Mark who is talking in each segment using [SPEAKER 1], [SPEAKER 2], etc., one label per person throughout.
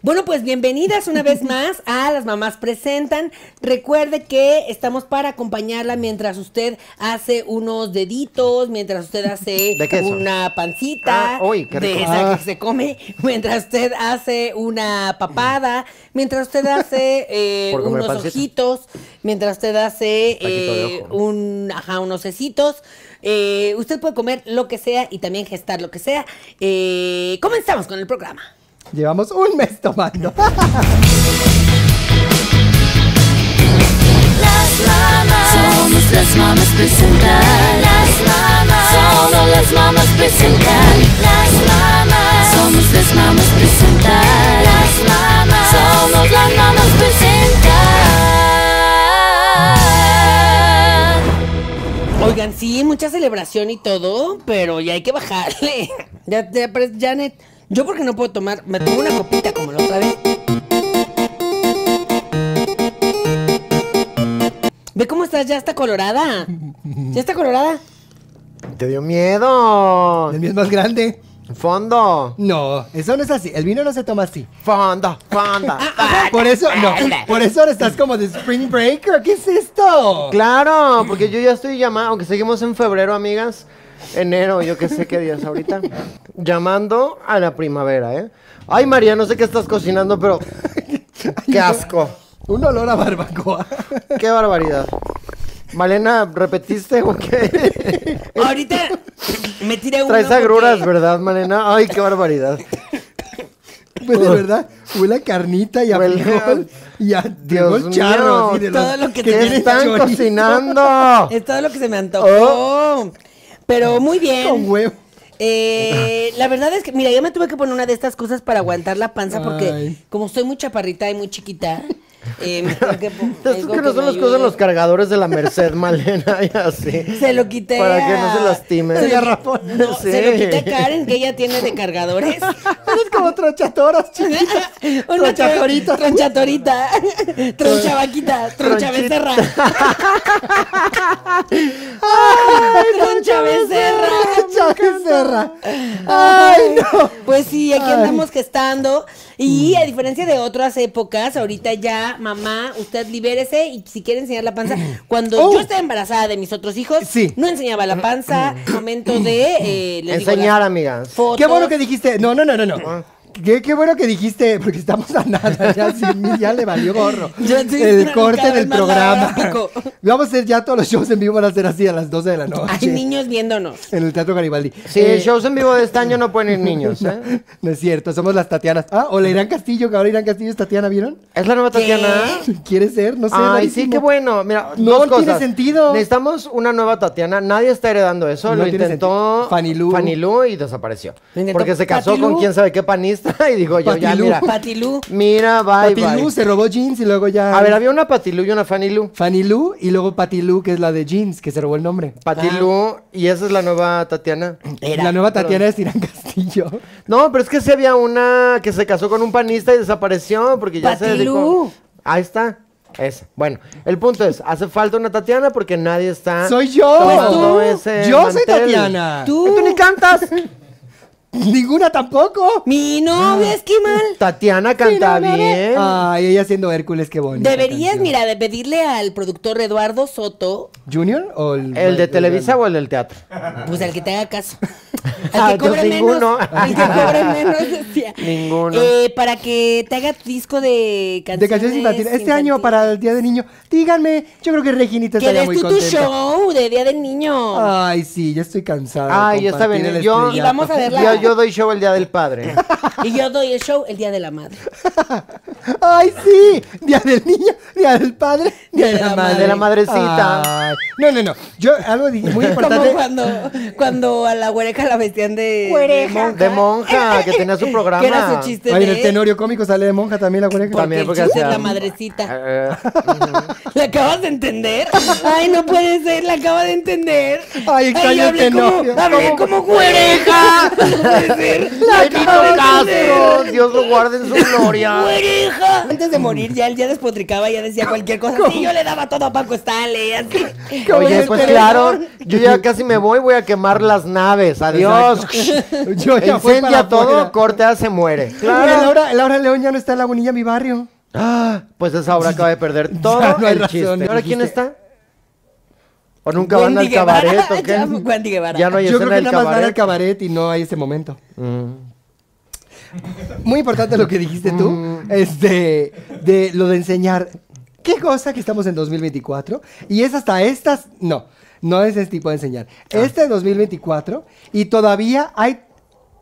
[SPEAKER 1] Bueno, pues bienvenidas una vez más a Las Mamás Presentan. Recuerde que estamos para acompañarla mientras usted hace unos deditos, mientras usted hace
[SPEAKER 2] ¿De queso?
[SPEAKER 1] una pancita
[SPEAKER 2] Ah, uy, qué rico.
[SPEAKER 1] de esa
[SPEAKER 2] Ah.
[SPEAKER 1] que se come, mientras usted hace una papada, mientras usted hace eh,
[SPEAKER 2] Por comer
[SPEAKER 1] unos
[SPEAKER 2] pancita.
[SPEAKER 1] ojitos, mientras usted hace
[SPEAKER 2] Taquito de
[SPEAKER 1] eh,
[SPEAKER 2] ojo.
[SPEAKER 1] un, ajá, unos cecitos. Eh, usted puede comer lo que sea y también gestar lo que sea. Eh, comenzamos con el programa.
[SPEAKER 3] Llevamos un mes tomando.
[SPEAKER 4] Las mamas somos las mamas presentan. Las mamas solo las mamas presentan. Las mamas somos las mamas presentan. Las mamas somos las mamas presentan.
[SPEAKER 1] Oigan, sí, mucha celebración y todo, pero ya hay que bajarle. Ya, ya, pero, Janet, yo porque no puedo tomar, me tomo una copita como la otra vez. Ve cómo estás, ya está colorada. Ya está colorada.
[SPEAKER 2] Te dio miedo.
[SPEAKER 3] El mío es más grande.
[SPEAKER 2] Fondo.
[SPEAKER 3] No, eso no es así. El vino no se toma así.
[SPEAKER 2] Fondo. Fondo.
[SPEAKER 1] Ah,
[SPEAKER 3] Ajá, Ah, por eso, no. Por eso ahora estás como de Spring Breaker. ¿Qué es esto?
[SPEAKER 2] Claro, porque yo ya estoy llamando, aunque seguimos en febrero, amigas, enero, yo que sé qué días ahorita, llamando a la primavera, ¿eh? Ay, María, no sé qué estás cocinando, pero qué asco,
[SPEAKER 3] Un olor a barbacoa.
[SPEAKER 2] qué barbaridad. Malena, ¿repetiste o qué?
[SPEAKER 1] Ahorita me tiré una.
[SPEAKER 2] Traes
[SPEAKER 1] porque-
[SPEAKER 2] agruras, ¿verdad, Malena? Ay, qué barbaridad.
[SPEAKER 3] Pues de verdad, huele a carnita y a
[SPEAKER 2] Huele a-
[SPEAKER 3] frijol y a
[SPEAKER 2] Dios
[SPEAKER 3] frijol charro.
[SPEAKER 2] mío,
[SPEAKER 3] así de
[SPEAKER 1] todo lo que
[SPEAKER 2] ¿Qué
[SPEAKER 3] tienen
[SPEAKER 2] están
[SPEAKER 3] chorizo
[SPEAKER 2] cocinando?
[SPEAKER 1] Es todo lo que se me antojó.
[SPEAKER 2] Oh.
[SPEAKER 1] Pero muy bien.
[SPEAKER 3] Con huevo.
[SPEAKER 1] Eh, la verdad es que, mira, yo me tuve que poner una de estas cosas para aguantar la panza porque
[SPEAKER 3] Ay.
[SPEAKER 1] como soy muy chaparrita y muy chiquita, eh, me tengo que, po-
[SPEAKER 2] Estos
[SPEAKER 1] tengo
[SPEAKER 2] que no
[SPEAKER 1] me
[SPEAKER 2] son los cosas
[SPEAKER 1] ayude.
[SPEAKER 2] los cargadores de la Merced, Malena, y así.
[SPEAKER 1] Se lo quité.
[SPEAKER 2] Para que no
[SPEAKER 1] a-
[SPEAKER 2] se lastime.
[SPEAKER 1] Se, lo- no,
[SPEAKER 2] Sí.
[SPEAKER 1] se lo quité a Karen, que ella tiene de cargadores.
[SPEAKER 3] Eres como trochatoras, chiquita.
[SPEAKER 1] Una tro-
[SPEAKER 3] Tronchatorita.
[SPEAKER 1] Tronchatorita. Tronchavaquita. Tronchabecerra. Tronchabecerra.
[SPEAKER 3] Chávez Serra. Ay, no.
[SPEAKER 1] Pues sí, aquí
[SPEAKER 3] Ay. Mm.
[SPEAKER 1] andamos gestando. Y a diferencia de otras épocas, ahorita ya, mamá, usted libérese y si quiere enseñar la panza. Cuando
[SPEAKER 3] Oh.
[SPEAKER 1] yo estaba embarazada de mis otros hijos,
[SPEAKER 3] Sí.
[SPEAKER 1] no enseñaba la panza. Momento de eh, les digo,
[SPEAKER 2] Enseñar,
[SPEAKER 1] las
[SPEAKER 2] amigas.
[SPEAKER 1] fotos.
[SPEAKER 3] Qué bueno que dijiste. No, no, no, no, no. Qué, qué bueno que dijiste, porque estamos a nada, ya, sí, ya le valió gorro.
[SPEAKER 1] Ya, sí,
[SPEAKER 3] el
[SPEAKER 1] cada
[SPEAKER 3] corte
[SPEAKER 1] vez
[SPEAKER 3] del
[SPEAKER 1] más
[SPEAKER 3] programa.
[SPEAKER 1] laberántico.
[SPEAKER 3] Vamos a hacer ya todos los shows en vivo, van a ser así a las 12 de la noche.
[SPEAKER 1] Hay niños viéndonos.
[SPEAKER 3] En el Teatro Garibaldi.
[SPEAKER 2] Sí,
[SPEAKER 3] Eh,
[SPEAKER 2] shows en vivo de este año no pueden ir niños, ¿eh?
[SPEAKER 3] No es cierto, somos las Tatianas. Ah, o la Irán Castillo, que ahora Irán Castillo es Tatiana, ¿vieron?
[SPEAKER 2] ¿Es la nueva
[SPEAKER 1] ¿Qué?
[SPEAKER 2] Tatiana?
[SPEAKER 3] ¿Quiere ser? No sé.
[SPEAKER 2] Ay,
[SPEAKER 3] rarísimo.
[SPEAKER 2] sí, qué bueno. Mira,
[SPEAKER 3] No,
[SPEAKER 2] dos
[SPEAKER 3] no tiene
[SPEAKER 2] cosas.
[SPEAKER 3] sentido.
[SPEAKER 2] Necesitamos una nueva Tatiana. Nadie está heredando eso.
[SPEAKER 3] No
[SPEAKER 2] Lo
[SPEAKER 3] tiene
[SPEAKER 2] intentó
[SPEAKER 3] sentido. Fanny Lu.
[SPEAKER 2] Lu y desapareció.
[SPEAKER 1] Lo intentó
[SPEAKER 2] Porque se casó
[SPEAKER 1] Pati
[SPEAKER 2] con
[SPEAKER 1] Lu.
[SPEAKER 2] quién sabe qué panista y dijo yo, ya,
[SPEAKER 3] Pati Lu.
[SPEAKER 2] mira.
[SPEAKER 1] Patilú.
[SPEAKER 2] Mira, bye,
[SPEAKER 3] Patilú
[SPEAKER 2] bye.
[SPEAKER 3] se robó jeans y luego ya.
[SPEAKER 2] A ver, había una Patilú y una Fanny Lu.
[SPEAKER 3] Fanny Lu y luego Patilú, que es la de jeans, que se robó el nombre.
[SPEAKER 2] Patilú, y esa es la nueva Tatiana.
[SPEAKER 1] Era.
[SPEAKER 3] La nueva Tatiana es Irán Castillo.
[SPEAKER 2] No, pero es que sí había una que se casó con un panista y desapareció porque ya se dedicó.
[SPEAKER 1] Patilú.
[SPEAKER 2] Ahí está. Esa. Bueno, el punto es, hace falta una Tatiana porque nadie está.
[SPEAKER 3] Soy yo.
[SPEAKER 2] tomando
[SPEAKER 1] eh,
[SPEAKER 3] Pues tú.
[SPEAKER 2] ese
[SPEAKER 3] Yo
[SPEAKER 2] mantel.
[SPEAKER 3] soy Tatiana.
[SPEAKER 2] Tú, ni cantas.
[SPEAKER 3] Ninguna tampoco.
[SPEAKER 1] Mi
[SPEAKER 3] Ah.
[SPEAKER 1] novia esquimal.
[SPEAKER 2] Tatiana canta
[SPEAKER 3] Sí, no, Ah. no, no.
[SPEAKER 2] bien.
[SPEAKER 3] Ay, ella siendo Hércules, qué bonito.
[SPEAKER 1] Deberías, mira, de pedirle al productor Eduardo Soto,
[SPEAKER 3] ¿Junior o el.?
[SPEAKER 2] ¿El de Televisa o el del teatro?
[SPEAKER 1] pues al que te haga caso.
[SPEAKER 2] Ah,
[SPEAKER 1] Al que
[SPEAKER 2] pues
[SPEAKER 1] cobre
[SPEAKER 2] ninguno.
[SPEAKER 1] menos. Al que cobre menos, decía.
[SPEAKER 2] Ninguno.
[SPEAKER 1] Eh, para que te haga tu disco de canciones.
[SPEAKER 3] De canciones infantiles. Este año
[SPEAKER 1] infantiles.
[SPEAKER 3] para el Día del Niño. Díganme, yo creo que Reginita
[SPEAKER 1] Que
[SPEAKER 3] estaría
[SPEAKER 1] des
[SPEAKER 3] muy Ah.
[SPEAKER 1] tú tu
[SPEAKER 3] contenta.
[SPEAKER 1] show de Día del Niño.
[SPEAKER 3] Ay, sí, ya estoy cansada. de
[SPEAKER 2] Ay, ya está
[SPEAKER 3] compartir
[SPEAKER 2] bien.
[SPEAKER 3] el
[SPEAKER 2] Yo,
[SPEAKER 3] estrellato.
[SPEAKER 1] Y vamos a ver la-
[SPEAKER 2] yo, yo doy show el día del padre.
[SPEAKER 1] Y yo doy el show el Día de la Madre.
[SPEAKER 3] Ay, sí. Día del niño, día del padre, día de, la, madre.
[SPEAKER 2] De la madrecita.
[SPEAKER 3] Ay, No, no, no. Yo algo di- muy
[SPEAKER 1] Como
[SPEAKER 3] importante.
[SPEAKER 1] cuando, cuando a la huereja la vestían de, de monja.
[SPEAKER 2] De monja, que tenía su programa.
[SPEAKER 1] Que era su chiste
[SPEAKER 3] Ay, en
[SPEAKER 1] de...
[SPEAKER 3] el tenorio cómico sale de monja también la oreja.
[SPEAKER 1] Porque
[SPEAKER 2] También,
[SPEAKER 1] el
[SPEAKER 2] porque
[SPEAKER 1] chiste
[SPEAKER 2] hacía-
[SPEAKER 1] es la madrecita.
[SPEAKER 2] Eh,
[SPEAKER 1] ¿La acabas de entender? Ay, no puede ser, la acaba de entender.
[SPEAKER 3] Ay, extraño
[SPEAKER 1] yo hablé
[SPEAKER 3] este novio.
[SPEAKER 1] como, hablé como güereja. decir.
[SPEAKER 2] Benito Castro, Dios lo guarde en su gloria.
[SPEAKER 1] ¡Muere, hija! Antes de morir, ya él ya despotricaba, ya decía cualquier cosa. Sí, yo le daba todo a Paco Stanley, así.
[SPEAKER 2] Oye, pues claro, yo ya casi me voy, voy a quemar las naves. Adiós.
[SPEAKER 3] Yo ya fui
[SPEAKER 2] Incendia
[SPEAKER 3] para
[SPEAKER 2] todo,
[SPEAKER 3] afuera.
[SPEAKER 2] cortea, se muere.
[SPEAKER 3] Mira, Laura, Laura León ya no está en Lagunilla, mi barrio.
[SPEAKER 2] Ah, pues esa obra acaba de perder todo
[SPEAKER 3] Ya no hay
[SPEAKER 2] el
[SPEAKER 3] razón,
[SPEAKER 2] chiste.
[SPEAKER 3] dijiste.
[SPEAKER 2] ¿Ahora quién está? ¿O nunca van al
[SPEAKER 1] Wendy Guevara,
[SPEAKER 2] cabaret o qué?
[SPEAKER 1] ya, Wendy Guevara.
[SPEAKER 2] Ya no hay
[SPEAKER 3] Yo creo
[SPEAKER 2] escena
[SPEAKER 3] que
[SPEAKER 2] del
[SPEAKER 3] nada más van
[SPEAKER 2] cabaret.
[SPEAKER 3] al
[SPEAKER 2] Mm.
[SPEAKER 3] cabaret y no hay ese momento. Muy importante lo que dijiste tú,
[SPEAKER 2] Mm.
[SPEAKER 3] este, de lo de enseñar. Qué cosa que estamos en 2024 y es hasta estas, no, no es ese tipo de enseñar.
[SPEAKER 2] Ah.
[SPEAKER 3] Este es 2024 y todavía hay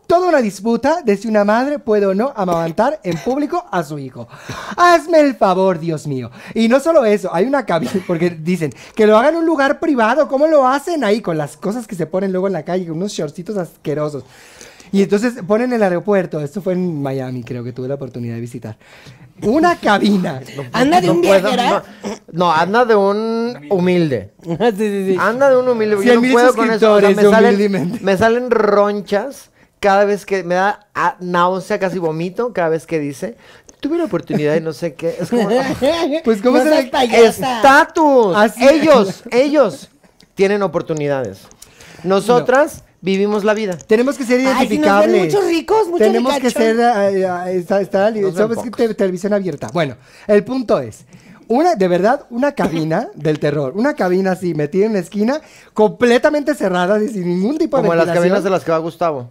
[SPEAKER 3] toda una disputa de si una madre puede o no amamantar en público a su hijo. Hazme el favor, Dios mío. Y no solo eso, hay una cabina, porque dicen que lo hagan en un lugar privado. ¿Cómo lo hacen ahí? Con las cosas que se ponen luego en la calle, con unos shortcitos asquerosos. Y entonces ponen el aeropuerto, esto fue en Miami, creo que tuve la oportunidad de visitar. Una cabina.
[SPEAKER 1] Anda de
[SPEAKER 2] No
[SPEAKER 1] un
[SPEAKER 2] puedo,
[SPEAKER 1] viajero.
[SPEAKER 2] no, no, anda de un humilde.
[SPEAKER 1] Sí, sí, sí.
[SPEAKER 2] Anda de un humilde. Yo
[SPEAKER 3] Cien
[SPEAKER 2] no
[SPEAKER 3] mil
[SPEAKER 2] puedo con eso. O sea,
[SPEAKER 3] suscriptores
[SPEAKER 2] me,
[SPEAKER 3] de
[SPEAKER 2] salen,
[SPEAKER 3] humildemente.
[SPEAKER 2] me salen ronchas cada vez que me da ah, náusea, casi vomito cada vez que dice. Tuve la oportunidad de no sé qué. Es como. "Ah,
[SPEAKER 3] Pues, ¿cómo
[SPEAKER 1] no
[SPEAKER 3] será
[SPEAKER 1] seas
[SPEAKER 3] que-
[SPEAKER 1] payasa.
[SPEAKER 2] estatus.
[SPEAKER 3] Así-
[SPEAKER 2] ellos, ellos tienen oportunidades. Nosotras vivimos la vida.
[SPEAKER 3] Tenemos que
[SPEAKER 1] Ay,
[SPEAKER 3] ser
[SPEAKER 1] si nos ven
[SPEAKER 3] identificables.
[SPEAKER 1] muchos ricos, mucho
[SPEAKER 3] Tenemos que
[SPEAKER 1] ricachón.
[SPEAKER 3] ser eh, eh, está, está-
[SPEAKER 2] ven
[SPEAKER 3] ¿sabes qué?
[SPEAKER 2] pocos.
[SPEAKER 3] Te- televisión abierta. Bueno, el punto es una de verdad una cabina del terror, una cabina así metida en una esquina completamente cerrada y sin ningún tipo
[SPEAKER 2] Como
[SPEAKER 3] de
[SPEAKER 2] las cabinas de
[SPEAKER 3] ventilación.
[SPEAKER 2] las que va Gustavo.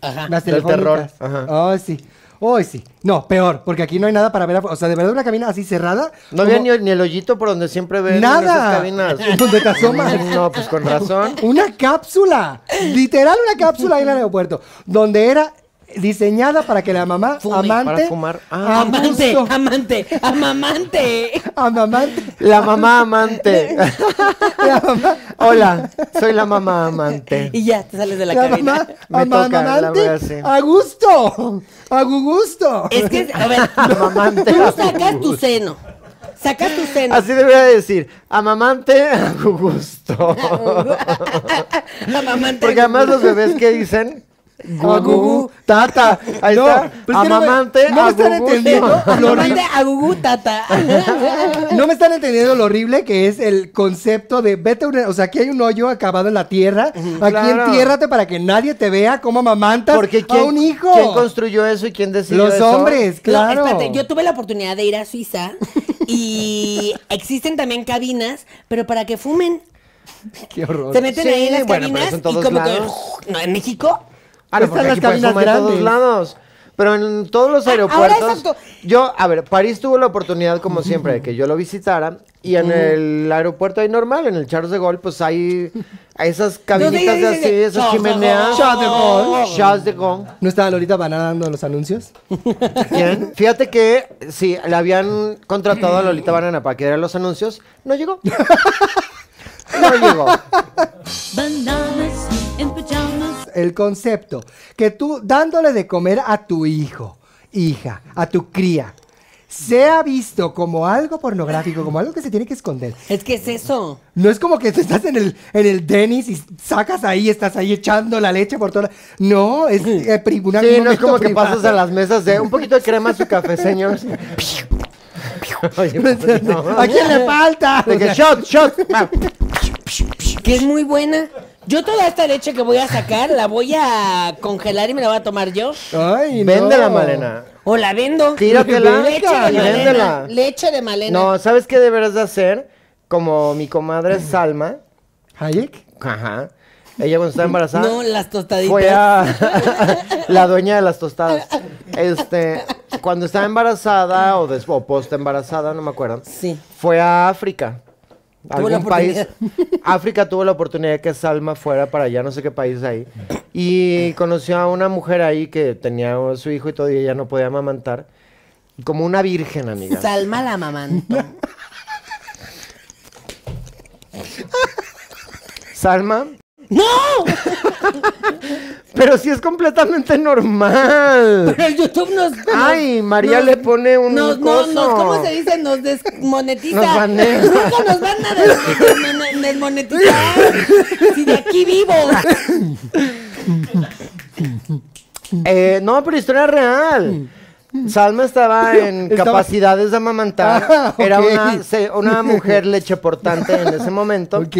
[SPEAKER 1] Ajá.
[SPEAKER 3] Las
[SPEAKER 2] Del
[SPEAKER 3] telefónicas.
[SPEAKER 2] terror, ajá.
[SPEAKER 3] Ay, sí. Ay, sí. No, peor, porque aquí no hay nada para ver. afu- O sea, de verdad una cabina así cerrada.
[SPEAKER 2] No había
[SPEAKER 3] como-
[SPEAKER 2] ni, ni el hoyito por donde siempre ven en esas
[SPEAKER 3] Nada.
[SPEAKER 2] cabinas.
[SPEAKER 3] Donde te asomas.
[SPEAKER 2] No, pues con razón.
[SPEAKER 3] Una cápsula, literal una cápsula ahí en el aeropuerto, donde era diseñada para que la mamá
[SPEAKER 1] Fume.
[SPEAKER 3] amante
[SPEAKER 2] Para fumar. Ah.
[SPEAKER 3] amante,
[SPEAKER 1] Amante, amante, amante.
[SPEAKER 3] amamante,
[SPEAKER 2] La mamá amante.
[SPEAKER 3] la mamá,
[SPEAKER 2] Hola, soy la mamá amante.
[SPEAKER 1] Y ya te sales de la,
[SPEAKER 3] la
[SPEAKER 1] cabina.
[SPEAKER 3] mamá
[SPEAKER 2] Me
[SPEAKER 3] ama-
[SPEAKER 2] toca, la
[SPEAKER 3] amamante,
[SPEAKER 2] voy a hacer.
[SPEAKER 3] a gusto, a gusto.
[SPEAKER 1] Es que, a ver,
[SPEAKER 2] Amamante.
[SPEAKER 1] tú sacas tu seno. Sacas tu seno.
[SPEAKER 2] Así debería decir, amamante a gusto.
[SPEAKER 1] Amamante.
[SPEAKER 2] Porque además los bebés que dicen, gugu, tata, ahí
[SPEAKER 3] No,
[SPEAKER 2] está,
[SPEAKER 3] pues es que no me-
[SPEAKER 2] amamante
[SPEAKER 3] no me
[SPEAKER 2] a
[SPEAKER 3] están
[SPEAKER 2] gugu.
[SPEAKER 3] entendiendo. lo
[SPEAKER 1] Amamante
[SPEAKER 3] horrible.
[SPEAKER 1] a Gugu Tata.
[SPEAKER 3] No me están entendiendo lo horrible que es el concepto de vete, a una- o sea, aquí hay un hoyo acabado en la tierra, aquí
[SPEAKER 2] Claro.
[SPEAKER 3] entiérrate para que nadie te vea cómo amamantas
[SPEAKER 2] Porque
[SPEAKER 3] a
[SPEAKER 2] ¿quién,
[SPEAKER 3] un hijo.
[SPEAKER 2] ¿quién construyó eso y quién decidió
[SPEAKER 3] Los
[SPEAKER 2] eso?
[SPEAKER 3] hombres, claro.
[SPEAKER 1] No, espérate, yo tuve la oportunidad de ir a Suiza y existen también cabinas, pero para que fumen.
[SPEAKER 3] Qué horror.
[SPEAKER 1] Se meten
[SPEAKER 2] Sí,
[SPEAKER 1] ahí en las
[SPEAKER 2] bueno, pero
[SPEAKER 1] cabinas
[SPEAKER 2] eso en
[SPEAKER 1] y
[SPEAKER 2] todos
[SPEAKER 1] como
[SPEAKER 2] lados.
[SPEAKER 1] que. No, en México.
[SPEAKER 2] Ah, no,
[SPEAKER 3] Están
[SPEAKER 2] porque
[SPEAKER 3] las
[SPEAKER 2] aquí puedes
[SPEAKER 3] cabinas
[SPEAKER 2] fumar en todos
[SPEAKER 3] grandes.
[SPEAKER 2] lados. Pero en todos los
[SPEAKER 1] Ah, ahora
[SPEAKER 2] aeropuertos.
[SPEAKER 1] exacto.
[SPEAKER 2] yo, a ver, París tuvo la oportunidad, como siempre, de que yo lo visitara. Y en el aeropuerto ahí normal, en el Charles de Gaulle, pues hay hay esas cabinitas
[SPEAKER 1] dice,
[SPEAKER 2] de así,
[SPEAKER 1] dice,
[SPEAKER 2] esas
[SPEAKER 1] Charles de Gaulle.
[SPEAKER 2] chimeneas. Charles de Gaulle.
[SPEAKER 3] ¿No estaba Lolita Banana dando los anuncios?
[SPEAKER 2] ¿Quién? Fíjate que sí, le habían contratado a Lolita Banana para que diera los anuncios. No llegó. No llegó.
[SPEAKER 4] Bananas in pajamas.
[SPEAKER 3] El concepto que tú dándole de comer a tu hijo, hija, a tu cría, sea visto como algo pornográfico, como algo que se tiene que esconder.
[SPEAKER 1] Es que es eso.
[SPEAKER 3] No es como que tú estás en el, en el Dennis y sacas ahí, estás ahí echando la leche por toda la... No, es eh, pri- una-
[SPEAKER 2] Sí,
[SPEAKER 3] un
[SPEAKER 2] no es
[SPEAKER 3] momento
[SPEAKER 2] como que
[SPEAKER 3] privado.
[SPEAKER 2] pasas a las mesas de un poquito de crema a su café, señor. Oye, pues, no.
[SPEAKER 3] ¿A quién le falta?
[SPEAKER 2] De que shot, shot. Ah,
[SPEAKER 1] Que es muy buena. Yo toda esta leche que voy a sacar la voy a congelar y me la voy a tomar yo.
[SPEAKER 3] Ay, no.
[SPEAKER 2] Véndela, Malena.
[SPEAKER 1] O la vendo.
[SPEAKER 2] Tíratela
[SPEAKER 1] Leche de
[SPEAKER 2] y
[SPEAKER 1] Malena.
[SPEAKER 2] véndela.
[SPEAKER 1] Leche de Malena.
[SPEAKER 2] No, ¿sabes qué deberás de hacer? Como mi comadre Salma.
[SPEAKER 3] ¿Hayek?
[SPEAKER 2] Ajá. Ella cuando estaba embarazada.
[SPEAKER 1] No, las tostaditas.
[SPEAKER 2] Fue a la dueña de las tostadas. Este, cuando estaba embarazada o, des- o post embarazada, no me acuerdo.
[SPEAKER 1] Sí.
[SPEAKER 2] Fue a África. a
[SPEAKER 1] Tuvo la
[SPEAKER 2] Algún país. África tuvo la oportunidad de que Salma fuera para allá, no sé qué país ahí. Y conoció a una mujer ahí que tenía a su hijo y todo, y ella no podía amamantar. Como una virgen, amiga.
[SPEAKER 1] Salma la mamantó.
[SPEAKER 2] Salma.
[SPEAKER 1] ¡No!
[SPEAKER 2] Pero sí es completamente normal.
[SPEAKER 1] Pero el YouTube nos. nos-
[SPEAKER 2] Ay, María le pone un
[SPEAKER 1] Nos, no,
[SPEAKER 2] coso.
[SPEAKER 1] nos, ¿Cómo se dice? Nos desmonetiza.
[SPEAKER 2] Nos banea.
[SPEAKER 1] Nunca nos van a des- desmone- desmonetizar. si de aquí vivo.
[SPEAKER 2] Eh, no, pero historia real. Salma estaba en
[SPEAKER 3] Estaba-
[SPEAKER 2] capacidades de amamantar.
[SPEAKER 3] Ah, ok.
[SPEAKER 2] Era una, se- una mujer lecheportante en ese momento.
[SPEAKER 3] Ok.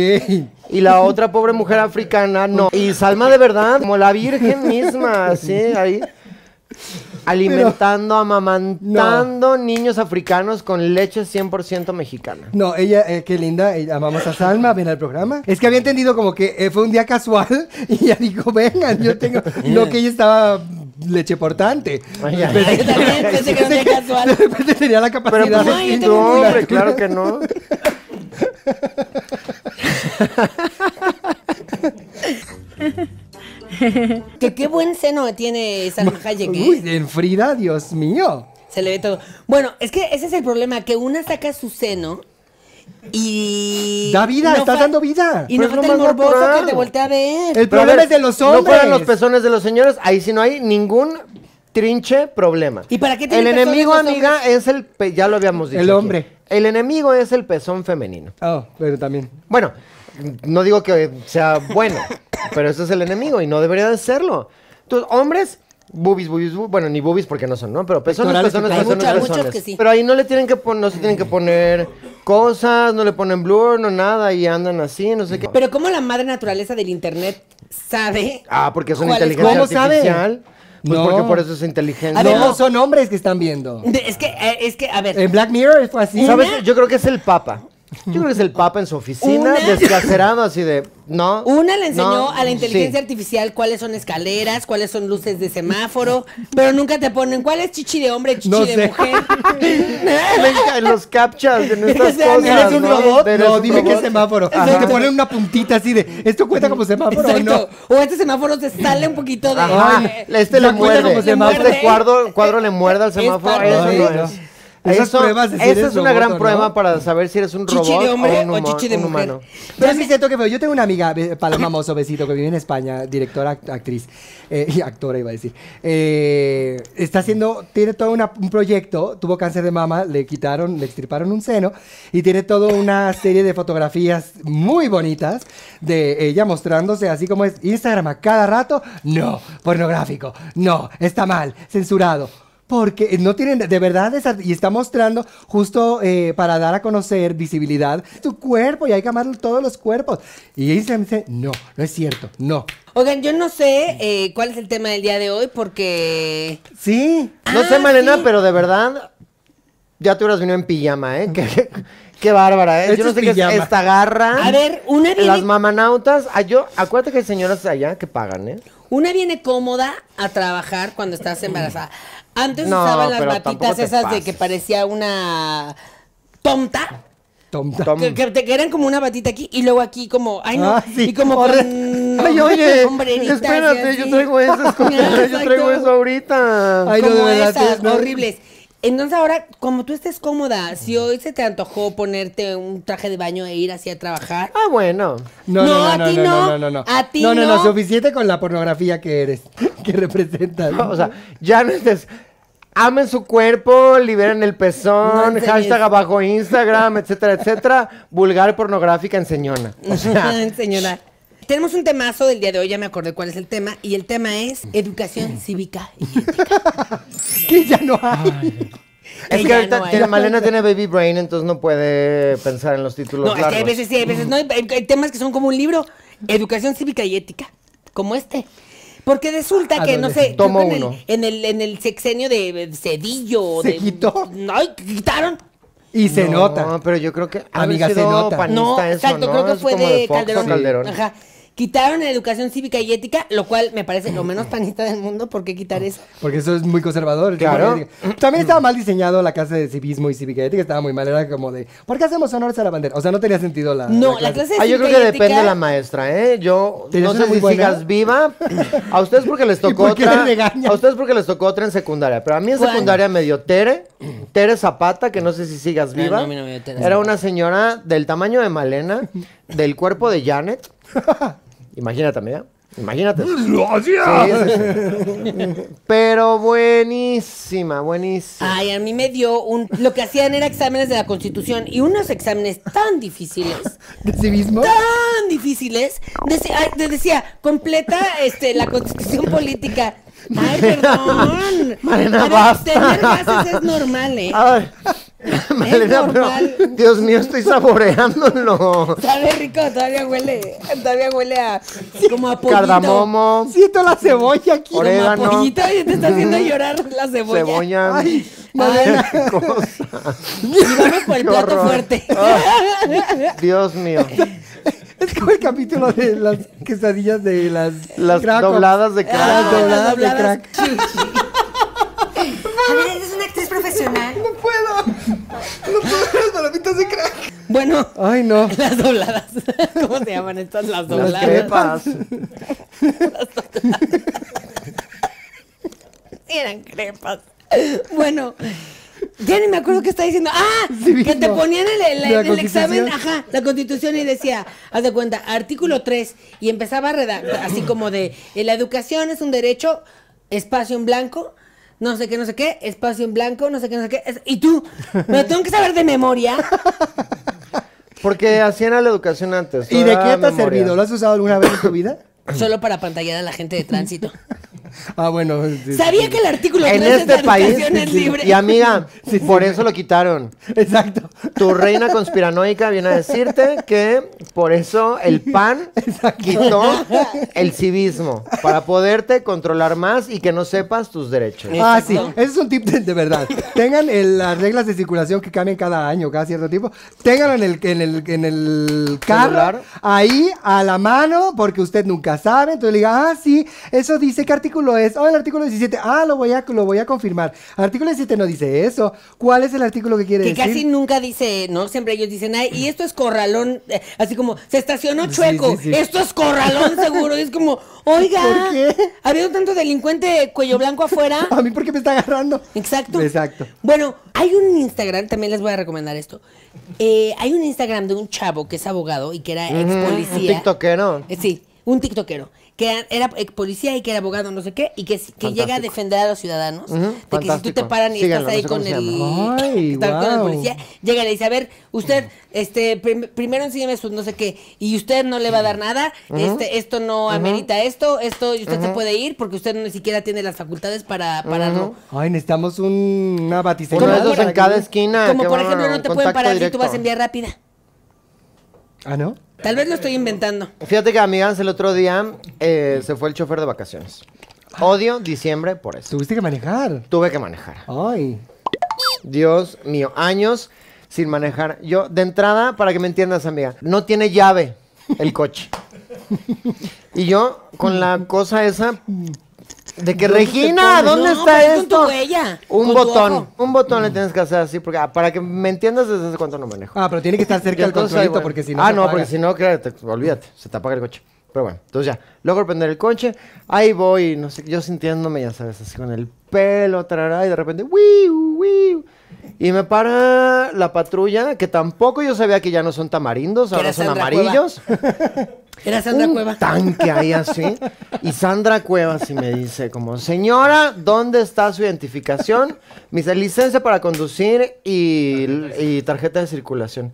[SPEAKER 2] Y la otra pobre mujer africana, no. Y Salma de verdad, como la virgen misma, así, ahí. Alimentando, amamantando niños africanos con leche 100% mexicana.
[SPEAKER 3] No, ella, eh, qué linda, eh, amamos a Salma, ven al programa. Es que había entendido como que eh, fue un día casual y ella dijo, vengan, yo tengo, no que ella estaba lecheportante.
[SPEAKER 2] Ay, ay,
[SPEAKER 1] Yo también pensé que era un día
[SPEAKER 3] De
[SPEAKER 1] casual.
[SPEAKER 3] repente tenía la
[SPEAKER 2] Pero
[SPEAKER 3] capacidad.
[SPEAKER 2] pues,
[SPEAKER 1] Ay, yo
[SPEAKER 2] no,
[SPEAKER 1] tengo un
[SPEAKER 2] hombre, claro que no.
[SPEAKER 1] Que qué buen seno tiene Salma Hayek, ¿eh?
[SPEAKER 3] Uy, en Frida, Dios mío.
[SPEAKER 1] Se le ve todo. Bueno, es que ese es el problema, que una saca su seno y...
[SPEAKER 3] Da vida, estás
[SPEAKER 1] fa-
[SPEAKER 3] dando vida.
[SPEAKER 1] Y
[SPEAKER 2] Pero
[SPEAKER 1] no
[SPEAKER 2] es lo
[SPEAKER 1] falta el
[SPEAKER 2] más
[SPEAKER 1] morboso
[SPEAKER 2] natural.
[SPEAKER 1] que te voltea a ver.
[SPEAKER 3] El
[SPEAKER 2] Pero a
[SPEAKER 3] problema
[SPEAKER 2] ver,
[SPEAKER 3] es de los
[SPEAKER 2] No fueran los
[SPEAKER 3] hombres.
[SPEAKER 2] pezones de los señores, ahí sí no hay ningún trinche problema.
[SPEAKER 1] ¿Y para qué
[SPEAKER 2] El
[SPEAKER 1] tienen pezones
[SPEAKER 2] enemigo,
[SPEAKER 1] los
[SPEAKER 2] amiga, es el. pe- ya lo habíamos dicho.
[SPEAKER 3] El
[SPEAKER 2] aquí.
[SPEAKER 3] hombre.
[SPEAKER 2] El enemigo es el pezón femenino.
[SPEAKER 3] Oh, pero también.
[SPEAKER 2] Bueno, no digo que sea bueno, pero eso es el enemigo y no debería de serlo. Tus hombres, boobies, boobies, bu- bueno, ni boobies porque no son, ¿no? Pero pezones,
[SPEAKER 3] Pectorales,
[SPEAKER 2] pezones,
[SPEAKER 3] pectorales.
[SPEAKER 2] pezones,
[SPEAKER 1] Hay muchas,
[SPEAKER 2] pezones.
[SPEAKER 1] muchas que sí.
[SPEAKER 2] Pero ahí no le tienen que poner, no se tienen que poner cosas, no le ponen blur, no nada y andan así, no sé qué.
[SPEAKER 1] Pero como la madre naturaleza del internet sabe...
[SPEAKER 2] ah, porque es una
[SPEAKER 1] ¿Cuál es?
[SPEAKER 2] inteligencia
[SPEAKER 3] ¿Cómo sabe?
[SPEAKER 2] artificial. Pues
[SPEAKER 3] No.
[SPEAKER 2] porque por eso es inteligencia.
[SPEAKER 1] A ver,
[SPEAKER 3] no,
[SPEAKER 1] no.
[SPEAKER 3] son hombres que están viendo.
[SPEAKER 1] De- Es que, eh, es que, a ver,
[SPEAKER 3] En Black Mirror fue así.
[SPEAKER 2] ¿Sabes? Yo creo que es el Papa. Yo creo que es el Papa en su oficina,
[SPEAKER 1] Una-
[SPEAKER 2] descacerado así de, no.
[SPEAKER 1] Una le enseñó
[SPEAKER 2] no,
[SPEAKER 1] a la inteligencia
[SPEAKER 2] sí.
[SPEAKER 1] artificial cuáles son escaleras, cuáles son luces de semáforo, pero nunca te ponen cuál es chichi de hombre, chichi
[SPEAKER 3] No
[SPEAKER 1] de
[SPEAKER 3] sé.
[SPEAKER 1] mujer.
[SPEAKER 2] Me encan- los captchas en estas
[SPEAKER 1] O sea,
[SPEAKER 2] cosas.
[SPEAKER 3] ¿Eres un
[SPEAKER 2] ¿no?
[SPEAKER 3] robot?
[SPEAKER 2] Eres
[SPEAKER 3] No,
[SPEAKER 2] un
[SPEAKER 3] dime que
[SPEAKER 2] robot.
[SPEAKER 3] es semáforo.
[SPEAKER 2] Ajá.
[SPEAKER 3] Te ponen una puntita así de, ¿esto cuenta como semáforo o no?
[SPEAKER 1] Exacto. O este semáforo se sale un poquito de.
[SPEAKER 2] Ajá.
[SPEAKER 1] eh,
[SPEAKER 2] Este le
[SPEAKER 3] Ya cuenta
[SPEAKER 2] muerde.
[SPEAKER 3] como semáforo.
[SPEAKER 2] Este cuadro, cuadro le muerde al semáforo.
[SPEAKER 1] parte
[SPEAKER 2] Eso
[SPEAKER 1] de-
[SPEAKER 2] no es.
[SPEAKER 3] Esas
[SPEAKER 2] Eso-
[SPEAKER 3] pruebas de si
[SPEAKER 2] esa
[SPEAKER 3] eres
[SPEAKER 2] es una
[SPEAKER 3] robot o
[SPEAKER 2] gran
[SPEAKER 3] no.
[SPEAKER 2] prueba para saber si eres un
[SPEAKER 1] Chichi
[SPEAKER 2] robot
[SPEAKER 1] de hombre
[SPEAKER 2] o, un
[SPEAKER 1] o
[SPEAKER 2] huma-
[SPEAKER 1] chichi de
[SPEAKER 2] un
[SPEAKER 1] mujer.
[SPEAKER 2] humano.
[SPEAKER 3] Pero sí es cierto que veo, yo tengo una amiga, eh, Paloma Mozo, besito, que vive en España, directora, act- actriz, eh, y actora iba a decir. Eh, está haciendo, tiene todo una- un proyecto, tuvo cáncer de mama, le quitaron, le extirparon un seno, y tiene toda una serie de fotografías muy bonitas de ella mostrándose así como es Instagram a cada rato, no, pornográfico, no, está mal, censurado. Porque no tienen, de verdad, esa- y está mostrando justo eh, para dar a conocer visibilidad tu cuerpo y hay que amar todos los cuerpos. Y Instagram dice, no, no es cierto, no.
[SPEAKER 1] Oigan, yo no sé eh, cuál es el tema del día de hoy porque.
[SPEAKER 3] Sí.
[SPEAKER 2] No sé,
[SPEAKER 1] Ah,
[SPEAKER 2] Malena,
[SPEAKER 1] sí.
[SPEAKER 2] pero de verdad, ya tú hubieras venido en pijama, ¿eh? Qué, qué bárbara, ¿eh?
[SPEAKER 3] Esto
[SPEAKER 2] Yo no
[SPEAKER 3] es
[SPEAKER 2] sé qué es
[SPEAKER 3] pijama.
[SPEAKER 2] esta garra.
[SPEAKER 1] A ver, una viene-
[SPEAKER 2] Las mamanautas. ah, yo, acuérdate que hay señoras allá que pagan, ¿eh?
[SPEAKER 1] Una viene cómoda a trabajar cuando estás embarazada. Antes
[SPEAKER 2] No,
[SPEAKER 1] usaban las
[SPEAKER 2] pero tampoco
[SPEAKER 1] batitas
[SPEAKER 2] te
[SPEAKER 1] esas de
[SPEAKER 2] pases.
[SPEAKER 1] que parecía una tonta.
[SPEAKER 3] Tonta.
[SPEAKER 2] Tom-
[SPEAKER 1] Que, que te- que eran como una batita aquí y luego aquí como, ay no,
[SPEAKER 3] Ah, sí.
[SPEAKER 1] y como
[SPEAKER 3] Horre-
[SPEAKER 1] con
[SPEAKER 2] Ay, oye,
[SPEAKER 1] hombreritas y
[SPEAKER 2] espérate,
[SPEAKER 1] así.
[SPEAKER 2] yo traigo eso,
[SPEAKER 1] Ah,
[SPEAKER 2] yo traigo
[SPEAKER 1] exacto.
[SPEAKER 2] eso ahorita.
[SPEAKER 3] Ay, no,
[SPEAKER 1] como
[SPEAKER 3] de verdad,
[SPEAKER 1] esas,
[SPEAKER 3] no.
[SPEAKER 1] horribles. Entonces ahora, como tú estés cómoda, si hoy se te antojó ponerte un traje de baño e ir así a trabajar,
[SPEAKER 2] Ah, bueno.
[SPEAKER 3] No,
[SPEAKER 1] No,
[SPEAKER 3] no, no,
[SPEAKER 1] a
[SPEAKER 3] no,
[SPEAKER 1] ti
[SPEAKER 3] no,
[SPEAKER 1] no.
[SPEAKER 3] no, no, no, no.
[SPEAKER 1] A ti
[SPEAKER 3] no, no,
[SPEAKER 1] no.
[SPEAKER 3] no, suficiente con la pornografía que eres, que representas.
[SPEAKER 2] O sea, ya no estés. Amen su cuerpo, liberen el pezón,
[SPEAKER 1] No enseñes.
[SPEAKER 2] hashtag abajo Instagram, etcétera, etcétera. Vulgar pornográfica en señora. O sea,
[SPEAKER 1] señora. Tenemos un temazo del día de hoy, ya me acordé cuál es el tema, y el tema es educación cívica. y ética.
[SPEAKER 3] que ya no hay.
[SPEAKER 2] es
[SPEAKER 1] Ya
[SPEAKER 2] que ahorita
[SPEAKER 1] no hay.
[SPEAKER 2] tiene- Malena tiene baby brain, entonces no puede pensar en los títulos
[SPEAKER 1] No, es que
[SPEAKER 2] largos.
[SPEAKER 1] hay veces sí, hay veces no. Hay, hay temas que son como un libro. Educación cívica y ética, como este. Porque resulta que, no sé,
[SPEAKER 2] Adolescente. Ah, Tomo
[SPEAKER 1] creo que en
[SPEAKER 2] uno.
[SPEAKER 1] El, en, el, en el sexenio de Cedillo. o
[SPEAKER 3] ¿Se
[SPEAKER 1] de-
[SPEAKER 3] quitó?
[SPEAKER 1] No, quitaron.
[SPEAKER 3] Y se
[SPEAKER 2] No,
[SPEAKER 3] nota.
[SPEAKER 2] pero yo creo que ha
[SPEAKER 3] Amiga,
[SPEAKER 2] haber
[SPEAKER 3] se
[SPEAKER 2] sido
[SPEAKER 3] nota.
[SPEAKER 2] panista
[SPEAKER 1] No,
[SPEAKER 2] eso,
[SPEAKER 1] exacto,
[SPEAKER 2] ¿no?
[SPEAKER 1] creo que
[SPEAKER 2] Es
[SPEAKER 1] fue
[SPEAKER 2] como
[SPEAKER 1] de,
[SPEAKER 2] Fox o
[SPEAKER 1] Calderón.
[SPEAKER 2] Calderón.
[SPEAKER 1] Ajá. Quitaron educación cívica y ética, lo cual me parece lo menos panista del mundo, ¿por qué quitar eso?
[SPEAKER 3] Porque eso es muy conservador. es
[SPEAKER 2] Claro.
[SPEAKER 3] muy ética. También estaba mal diseñado la clase de civismo y cívica ética, estaba muy mal. Era como de, ¿por qué hacemos honores a la bandera? O sea, no tenía sentido la.
[SPEAKER 1] No, la clase de
[SPEAKER 2] Ah, yo creo
[SPEAKER 1] cívica
[SPEAKER 2] que
[SPEAKER 1] y
[SPEAKER 2] depende
[SPEAKER 1] ética-
[SPEAKER 2] de la maestra, ¿eh? Yo
[SPEAKER 3] ¿Tenías
[SPEAKER 2] no
[SPEAKER 3] una
[SPEAKER 2] sé
[SPEAKER 3] muy
[SPEAKER 2] si
[SPEAKER 3] buena?
[SPEAKER 2] sigas viva. A ustedes porque les tocó
[SPEAKER 3] por qué
[SPEAKER 2] otra.
[SPEAKER 3] le regañas?
[SPEAKER 2] A ustedes porque les tocó otra en secundaria. Pero a mí en
[SPEAKER 1] ¿Cuál?
[SPEAKER 2] secundaria me dio Tere, Tere Zapata, que no sé si sigas
[SPEAKER 1] No,
[SPEAKER 2] viva.
[SPEAKER 1] no, a mí no me dio Tere
[SPEAKER 2] Era una señora del tamaño de Malena, del cuerpo de Janet. Imagínate, amiga. Imagínate. Sí, sí, sí. Pero buenísima, buenísima.
[SPEAKER 1] Ay, a mí me dio un... Lo que hacían era exámenes de la Constitución y unos exámenes tan difíciles
[SPEAKER 3] ¿De civismo?
[SPEAKER 1] tan difíciles. Decía, ay, te decía, completa este, la constitución política. Ay, perdón.
[SPEAKER 2] Marina,
[SPEAKER 1] A ver,
[SPEAKER 2] basta. Ah.
[SPEAKER 1] Tener gases es normal, ¿eh?
[SPEAKER 2] A ver, Malena, pero
[SPEAKER 1] normal.
[SPEAKER 2] Dios mío, estoy saboreándolo.
[SPEAKER 1] Sabe rico, todavía huele, todavía huele a como a pollito.
[SPEAKER 2] Cardamomo,
[SPEAKER 3] Siento la cebolla aquí.
[SPEAKER 1] Como a
[SPEAKER 2] orégano.
[SPEAKER 1] pollito y te está haciendo llorar la cebolla.
[SPEAKER 2] cebolla.
[SPEAKER 3] Ay,
[SPEAKER 1] Ay,
[SPEAKER 3] Malena.
[SPEAKER 2] qué cosa.
[SPEAKER 1] y vamos por el
[SPEAKER 2] Qué
[SPEAKER 1] plato
[SPEAKER 2] horror. Ah.
[SPEAKER 1] fuerte.
[SPEAKER 2] Dios mío.
[SPEAKER 3] Es como el capítulo de las quesadillas de las...
[SPEAKER 2] Las
[SPEAKER 3] Crack Ops.
[SPEAKER 2] dobladas de
[SPEAKER 1] Ah,
[SPEAKER 3] Las
[SPEAKER 2] crack.
[SPEAKER 3] dobladas de
[SPEAKER 1] las dobladas.
[SPEAKER 3] crack.
[SPEAKER 5] A ver, eres una actriz profesional.
[SPEAKER 3] No puedo. No puedo las palomitas de crack.
[SPEAKER 1] Bueno,
[SPEAKER 3] Ay, no.
[SPEAKER 1] las dobladas. ¿Cómo se llaman estas las
[SPEAKER 2] Las
[SPEAKER 1] dobladas?
[SPEAKER 2] crepas.
[SPEAKER 1] Eran crepas. Bueno, ya ni me acuerdo qué está diciendo. ¡Ah!
[SPEAKER 3] Sí,
[SPEAKER 1] que te
[SPEAKER 3] no.
[SPEAKER 1] ponían el, el-
[SPEAKER 3] La
[SPEAKER 1] el examen,
[SPEAKER 3] Constitución.
[SPEAKER 1] ajá, la constitución y decía, haz de cuenta, artículo 3, y empezaba a redactar, así como de, eh, la educación es un derecho, espacio en blanco, no sé qué, no sé qué, espacio en blanco, no sé qué, no sé qué. es- y tú, me lo tengo que saber de memoria.
[SPEAKER 2] Porque así era la educación antes.
[SPEAKER 3] ¿Y de
[SPEAKER 2] era
[SPEAKER 3] qué te ha
[SPEAKER 2] memoria.
[SPEAKER 3] servido? ¿Lo has usado alguna vez en tu vida?
[SPEAKER 1] Solo para pantallar a la gente de tránsito.
[SPEAKER 3] Ah, bueno. sí,
[SPEAKER 1] Sabía que el artículo 3
[SPEAKER 2] En
[SPEAKER 1] es
[SPEAKER 2] este
[SPEAKER 1] la
[SPEAKER 2] país.
[SPEAKER 1] educación es libre.
[SPEAKER 2] Y amiga, por eso lo quitaron.
[SPEAKER 3] sí. Exacto.
[SPEAKER 2] Tu reina conspiranoica viene a decirte que por eso el PAN quitó el civismo, para poderte controlar más y que no sepas tus derechos.
[SPEAKER 3] Ah, sí,
[SPEAKER 1] Exacto.
[SPEAKER 3] ese es un tip de, de verdad. Tengan el- las reglas de circulación que cambian cada año, cada cierto tiempo. Tengan en el, en el, en el carro,
[SPEAKER 2] Celular.
[SPEAKER 3] ahí, a la mano, porque usted nunca sabe. Entonces le diga, ah, sí, eso dice, ¿qué artículo es? Oh, el artículo 17. Ah, lo voy a, lo voy a confirmar. Artículo 17 no dice eso. ¿Cuál es el artículo que quiere
[SPEAKER 1] Que
[SPEAKER 3] decir?
[SPEAKER 1] casi nunca dice, ¿no? Siempre ellos dicen, ay, y esto es corralón, eh, así como, se estacionó chueco,
[SPEAKER 3] sí, sí.
[SPEAKER 1] esto es corralón seguro. Y es como, oiga,
[SPEAKER 3] ¿Por qué?
[SPEAKER 1] había un tanto delincuente cuello blanco afuera.
[SPEAKER 3] A mí, ¿por qué me está agarrando?
[SPEAKER 1] Exacto.
[SPEAKER 3] Exacto.
[SPEAKER 1] Bueno, hay un Instagram, también les voy a recomendar esto. Eh, hay un Instagram de un chavo que es abogado y que era ex policía.
[SPEAKER 2] un tiktokero.
[SPEAKER 1] Eh, Sí, un tiktokero. Que a- era ex policía y que era abogado, no sé qué, y que, que llega a defender a los ciudadanos. de que si tú te
[SPEAKER 2] fantástico.
[SPEAKER 1] paran y
[SPEAKER 2] Síganlo,
[SPEAKER 1] estás ahí
[SPEAKER 2] no sé
[SPEAKER 1] con,
[SPEAKER 2] cómo se
[SPEAKER 1] el,
[SPEAKER 3] llama. Ay,
[SPEAKER 1] estás con el
[SPEAKER 3] guau.
[SPEAKER 1] policía, llega y le dice, a ver, usted, este, prim- primero enséñeme su no sé qué, y usted no le va a dar nada, este, esto no amerita esto, esto, y usted se puede ir porque usted ni siquiera tiene las facultades para pararlo.
[SPEAKER 3] Ay, necesitamos un- una batiseñal.
[SPEAKER 2] Uno de esos
[SPEAKER 1] por-
[SPEAKER 2] en cada esquina.
[SPEAKER 1] Como
[SPEAKER 2] qué
[SPEAKER 1] por
[SPEAKER 2] bueno,
[SPEAKER 1] ejemplo, no te pueden
[SPEAKER 2] contacto
[SPEAKER 1] parar si tú
[SPEAKER 2] directo.
[SPEAKER 1] vas a enviar rápida.
[SPEAKER 3] Ah, ¿no?
[SPEAKER 1] Tal vez lo estoy inventando.
[SPEAKER 2] Fíjate que, amigas, el otro día eh, se fue el chofer de vacaciones. Odio diciembre por eso.
[SPEAKER 3] Tuviste que manejar.
[SPEAKER 2] Tuve que manejar.
[SPEAKER 3] Ay.
[SPEAKER 2] Dios mío, años sin manejar. Yo, de entrada, para que me entiendas, amiga, no tiene llave el coche. Y yo, con la cosa esa de que, Regina,
[SPEAKER 1] pones? No,
[SPEAKER 2] ¿dónde está
[SPEAKER 1] pues, con
[SPEAKER 2] esto?
[SPEAKER 1] tu huella,
[SPEAKER 2] un
[SPEAKER 1] con tu
[SPEAKER 2] botón,
[SPEAKER 1] ojo.
[SPEAKER 2] un botón le tienes que hacer así, porque ah, para que me entiendas desde hace cuánto no manejo.
[SPEAKER 3] Ah, pero tiene que estar cerca
[SPEAKER 2] Y
[SPEAKER 3] del
[SPEAKER 2] entonces,
[SPEAKER 3] controlito
[SPEAKER 2] bueno,
[SPEAKER 3] porque si no.
[SPEAKER 2] Ah,
[SPEAKER 3] se
[SPEAKER 2] no,
[SPEAKER 3] apaga.
[SPEAKER 2] porque si no, claro, te- olvídate, se te apaga el coche. Pero bueno, entonces ya, logro prender el coche, ahí voy, no sé, yo sintiéndome, ya sabes, así con el pelo, tarará, y de repente, wiu, wiu, y me para la patrulla, que tampoco yo sabía que ya no son tamarindos,
[SPEAKER 1] Que
[SPEAKER 2] ahora
[SPEAKER 1] era
[SPEAKER 2] son
[SPEAKER 1] Sandra
[SPEAKER 2] amarillos.
[SPEAKER 1] Era Sandra
[SPEAKER 2] un
[SPEAKER 1] Cueva.
[SPEAKER 2] tanque ahí así. Y Sandra Cuevas y me dice como, señora, ¿dónde está su identificación? Mi licencia para conducir y, y tarjeta de circulación.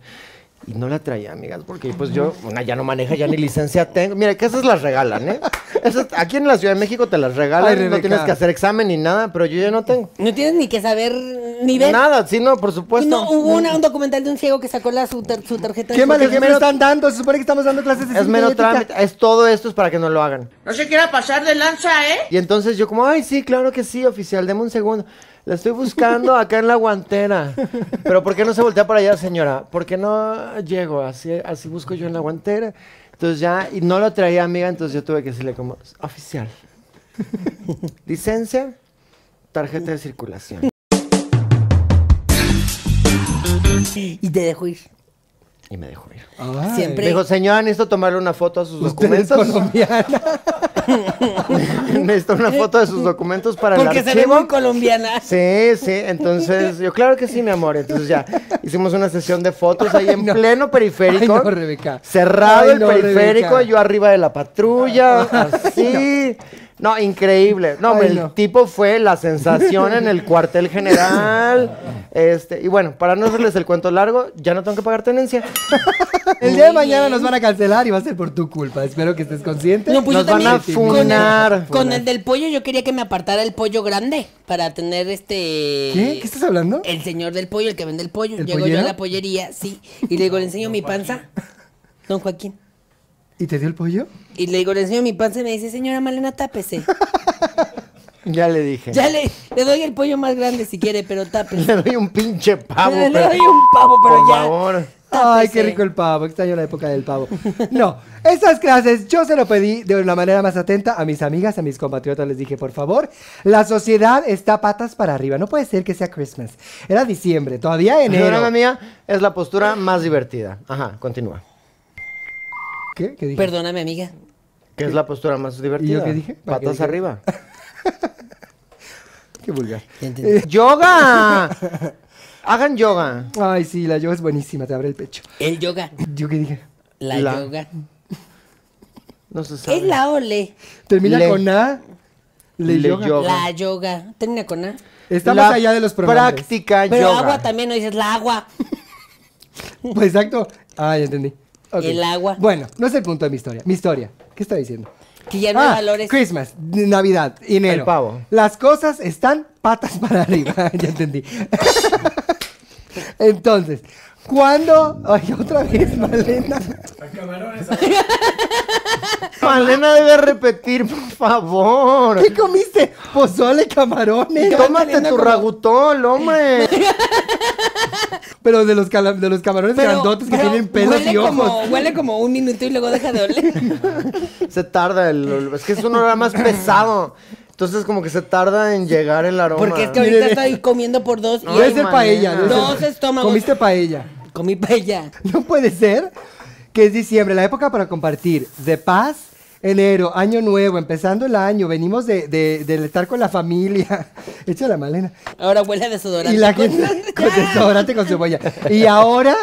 [SPEAKER 2] Y no la traía, amigas, porque pues yo, una ya no maneja, ya ni licencia tengo. Mira, que esas las regalan, ¿eh? Esas- aquí en la Ciudad de México te las regalan,
[SPEAKER 3] Ay,
[SPEAKER 2] no
[SPEAKER 3] Rebeca.
[SPEAKER 2] tienes que hacer examen ni nada, pero yo ya no tengo.
[SPEAKER 1] No tienes ni que saber ni ver.
[SPEAKER 2] Nada, sí, no, por supuesto.
[SPEAKER 1] No, uh, hubo una- un documental de un ciego que sacó la, su, tar- su tarjeta. de
[SPEAKER 3] ¿Qué mal
[SPEAKER 1] su-
[SPEAKER 3] ejemplo están dando? Se supone que estamos dando clases de
[SPEAKER 2] Es
[SPEAKER 3] cívica y
[SPEAKER 2] mero
[SPEAKER 3] ética.
[SPEAKER 2] trámite, es todo esto es para que no lo hagan. No se quiera pasar de lanza, ¿eh? Y entonces yo como, ay, sí, claro que sí, oficial, deme un segundo. La estoy buscando acá en la guantera. Pero ¿por qué no se voltea para allá, señora? ¿Por qué no llego? Así, así busco yo en la guantera. Entonces ya, y no lo traía amiga, entonces yo tuve que decirle como, oficial. Licencia, tarjeta de circulación.
[SPEAKER 1] Y te dejó ir.
[SPEAKER 2] Y me dejó ir.
[SPEAKER 3] Ay.
[SPEAKER 1] Siempre.
[SPEAKER 2] Me dijo, señora, necesito tomarle una foto a sus
[SPEAKER 3] Usted es
[SPEAKER 2] documentos.
[SPEAKER 3] colombiana.
[SPEAKER 2] necesito una foto de sus documentos para
[SPEAKER 1] Porque
[SPEAKER 2] el
[SPEAKER 1] se ve
[SPEAKER 2] archivo.
[SPEAKER 1] muy colombiana.
[SPEAKER 2] Sí, sí, entonces yo claro que sí, mi amor. Entonces ya hicimos una sesión de fotos ahí en
[SPEAKER 3] no.
[SPEAKER 2] pleno periférico.
[SPEAKER 3] Ay, no, Rebeca.
[SPEAKER 2] Cerrado
[SPEAKER 3] Ay,
[SPEAKER 2] el
[SPEAKER 3] no,
[SPEAKER 2] periférico,
[SPEAKER 3] Rebeca.
[SPEAKER 2] yo arriba de la patrulla, así. No, increíble. No,
[SPEAKER 3] Ay,
[SPEAKER 2] hombre, el
[SPEAKER 3] no.
[SPEAKER 2] tipo fue la sensación en el cuartel general. Este, y bueno, para no hacerles el cuento largo, ya no tengo que pagar tenencia.
[SPEAKER 3] El día de mañana nos van a cancelar y va a ser por tu culpa. Espero que estés consciente.
[SPEAKER 1] No, pues
[SPEAKER 2] Nos
[SPEAKER 1] yo
[SPEAKER 2] van a
[SPEAKER 1] también, con el-
[SPEAKER 2] funar.
[SPEAKER 1] Con el, del pollo, yo quería que me apartara el pollo grande para tener este.
[SPEAKER 2] eh,
[SPEAKER 3] ¿Qué? ¿Qué estás hablando?
[SPEAKER 1] El señor del pollo, el que vende el pollo.
[SPEAKER 3] ¿El
[SPEAKER 1] Llego yo
[SPEAKER 3] pollero?
[SPEAKER 1] a la pollería, sí. Y le digo, le enseño mi panza. Don Joaquín.
[SPEAKER 3] ¿Y te dio el pollo?
[SPEAKER 1] Y le digo, le enseño mi panza y me dice, señora Malena, tápese.
[SPEAKER 2] Ya le dije.
[SPEAKER 1] Ya le, le doy el pollo más grande si quiere, pero tápese.
[SPEAKER 2] Le doy un pinche pavo.
[SPEAKER 1] Le
[SPEAKER 2] pero-
[SPEAKER 1] doy un pavo, pero
[SPEAKER 2] Por
[SPEAKER 1] ya.
[SPEAKER 2] favor.
[SPEAKER 3] Ay, qué
[SPEAKER 1] Tápese.
[SPEAKER 3] rico el pavo. Extraño la época del pavo. No, estas clases yo se lo pedí de la manera más atenta a mis amigas, a mis compatriotas. Les dije, por favor, la sociedad está patas para arriba. No puede ser que sea Christmas. Era diciembre, todavía
[SPEAKER 2] Señora
[SPEAKER 3] enero.
[SPEAKER 2] mía, es la postura más divertida. Ajá, continúa.
[SPEAKER 3] ¿Qué? ¿Qué dije?
[SPEAKER 1] Perdóname, amiga.
[SPEAKER 2] ¿Qué es la postura más divertida?
[SPEAKER 3] qué dije? ¿Para qué
[SPEAKER 2] Patas
[SPEAKER 3] dije?
[SPEAKER 2] arriba.
[SPEAKER 3] Qué vulgar.
[SPEAKER 1] Ya entendí.
[SPEAKER 2] ¡Yoga! Hagan yoga.
[SPEAKER 3] Ay, sí, la yoga es buenísima, te abre el pecho.
[SPEAKER 1] El yoga.
[SPEAKER 3] ¿Yo qué dije?
[SPEAKER 1] La,
[SPEAKER 2] La-
[SPEAKER 1] yoga.
[SPEAKER 2] No se sabe.
[SPEAKER 1] Es la ole.
[SPEAKER 3] Termina
[SPEAKER 2] Le-
[SPEAKER 3] con A. Le
[SPEAKER 2] Le
[SPEAKER 3] yoga.
[SPEAKER 2] yoga.
[SPEAKER 1] La yoga. Termina con A.
[SPEAKER 3] Está más allá de los pronombres.
[SPEAKER 2] Práctica
[SPEAKER 1] Pero
[SPEAKER 2] yoga.
[SPEAKER 1] agua también, no dices la agua.
[SPEAKER 3] Pues exacto. Ah, ya entendí. Ok.
[SPEAKER 1] El agua.
[SPEAKER 3] Bueno, no es el punto de mi historia. Mi historia. ¿Qué está diciendo?
[SPEAKER 1] Que ya no hay
[SPEAKER 3] Ah,
[SPEAKER 1] valores.
[SPEAKER 3] Christmas, de Navidad, enero.
[SPEAKER 2] El pavo.
[SPEAKER 3] Las cosas están patas para arriba. ya entendí. Entonces, ¿cuándo? Ay, otra vez, Malena.
[SPEAKER 2] Malena debe repetir, por favor.
[SPEAKER 3] ¿Qué comiste? Pozole, camarones.
[SPEAKER 2] Tómate tu ragutol, hombre.
[SPEAKER 3] Pero de los, cala- de los camarones
[SPEAKER 1] Pero-
[SPEAKER 3] grandotes que
[SPEAKER 1] pero
[SPEAKER 3] tienen pelos
[SPEAKER 1] huele
[SPEAKER 3] y ojos.
[SPEAKER 1] Como, huele como un minuto y luego deja de oler.
[SPEAKER 2] Se tarda el olor. Es que es un olor más pesado. Entonces como que se tarda en llegar el aroma.
[SPEAKER 1] Porque es que
[SPEAKER 3] Mire, Ah.
[SPEAKER 1] ahorita
[SPEAKER 3] mire.
[SPEAKER 1] estoy comiendo por dos y
[SPEAKER 2] No,
[SPEAKER 1] ahí
[SPEAKER 3] Debe
[SPEAKER 2] es
[SPEAKER 3] ser
[SPEAKER 2] Malena.
[SPEAKER 3] paella. debe ser-
[SPEAKER 1] Dos estómagos.
[SPEAKER 3] Comiste paella.
[SPEAKER 1] comí paella.
[SPEAKER 3] No puede ser que es diciembre, la época para compartir de paz, enero, año nuevo, empezando el año, venimos de, de- del estar con la familia. Echa la malena.
[SPEAKER 1] Ahora huele a desodorante.
[SPEAKER 3] Y la gente con desodorante con cebolla. Y ahora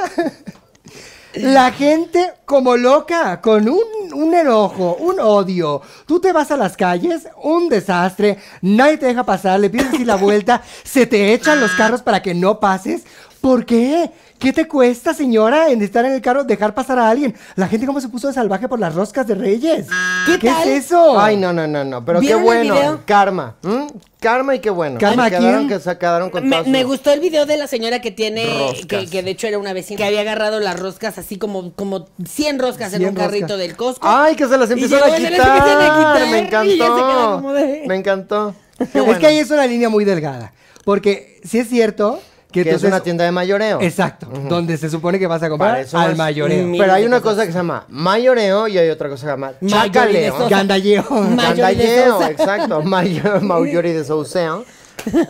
[SPEAKER 3] la gente como loca, con un, un enojo, un odio. Tú te vas a las calles, un desastre, nadie te deja pasar, le pides así la vuelta, se te echan los carros para que no pases. ¿Por qué? ¿Qué te cuesta, señora, en estar en el carro, dejar pasar a alguien? La gente cómo se puso de salvaje por las roscas de Reyes. ¿Qué,
[SPEAKER 1] tal?
[SPEAKER 3] es eso?
[SPEAKER 2] Ay, no, no, no, no. Pero qué
[SPEAKER 1] ¿Vieron el
[SPEAKER 2] bueno.
[SPEAKER 1] video?
[SPEAKER 2] Karma. ¿m? Karma y qué bueno.
[SPEAKER 3] ¿Karma
[SPEAKER 2] se quedaron,
[SPEAKER 3] quién?
[SPEAKER 2] que se quedaron con
[SPEAKER 1] Me,
[SPEAKER 2] todas
[SPEAKER 1] me
[SPEAKER 2] sus-
[SPEAKER 1] gustó el video de la señora que tiene,
[SPEAKER 2] Roscas.
[SPEAKER 1] que, que de hecho era una vecina, que había agarrado las roscas así como, como 100 roscas en
[SPEAKER 3] 100
[SPEAKER 1] un carrito
[SPEAKER 3] roscas. Ah,
[SPEAKER 1] del Costco.
[SPEAKER 2] Ay, que se las
[SPEAKER 1] Y
[SPEAKER 2] empiezan
[SPEAKER 1] llegó
[SPEAKER 2] a
[SPEAKER 1] y se las
[SPEAKER 2] quitar.
[SPEAKER 1] empiezan a
[SPEAKER 2] Me
[SPEAKER 1] quitar, y ella se queda
[SPEAKER 2] encantó.
[SPEAKER 1] como de-
[SPEAKER 2] Me encantó. Qué
[SPEAKER 3] Es
[SPEAKER 2] bueno.
[SPEAKER 3] que ahí es una línea muy delgada. Porque si es cierto que,
[SPEAKER 2] Que es
[SPEAKER 3] entonces-
[SPEAKER 2] una tienda de mayoreo.
[SPEAKER 3] Exacto, donde se supone que vas
[SPEAKER 2] Para
[SPEAKER 3] a comprar
[SPEAKER 2] eso
[SPEAKER 3] al
[SPEAKER 2] es-
[SPEAKER 3] mayoreo.
[SPEAKER 1] Mm.
[SPEAKER 2] Pero hay una cosa que se llama mayoreo y hay otra cosa que se llama chacaleo.
[SPEAKER 1] Mayoridesosa.
[SPEAKER 3] Gandalleo.
[SPEAKER 1] Mayor y de
[SPEAKER 2] Gandalleo,
[SPEAKER 1] Sousa.
[SPEAKER 2] exacto. Mayor, mayor y de Souseo.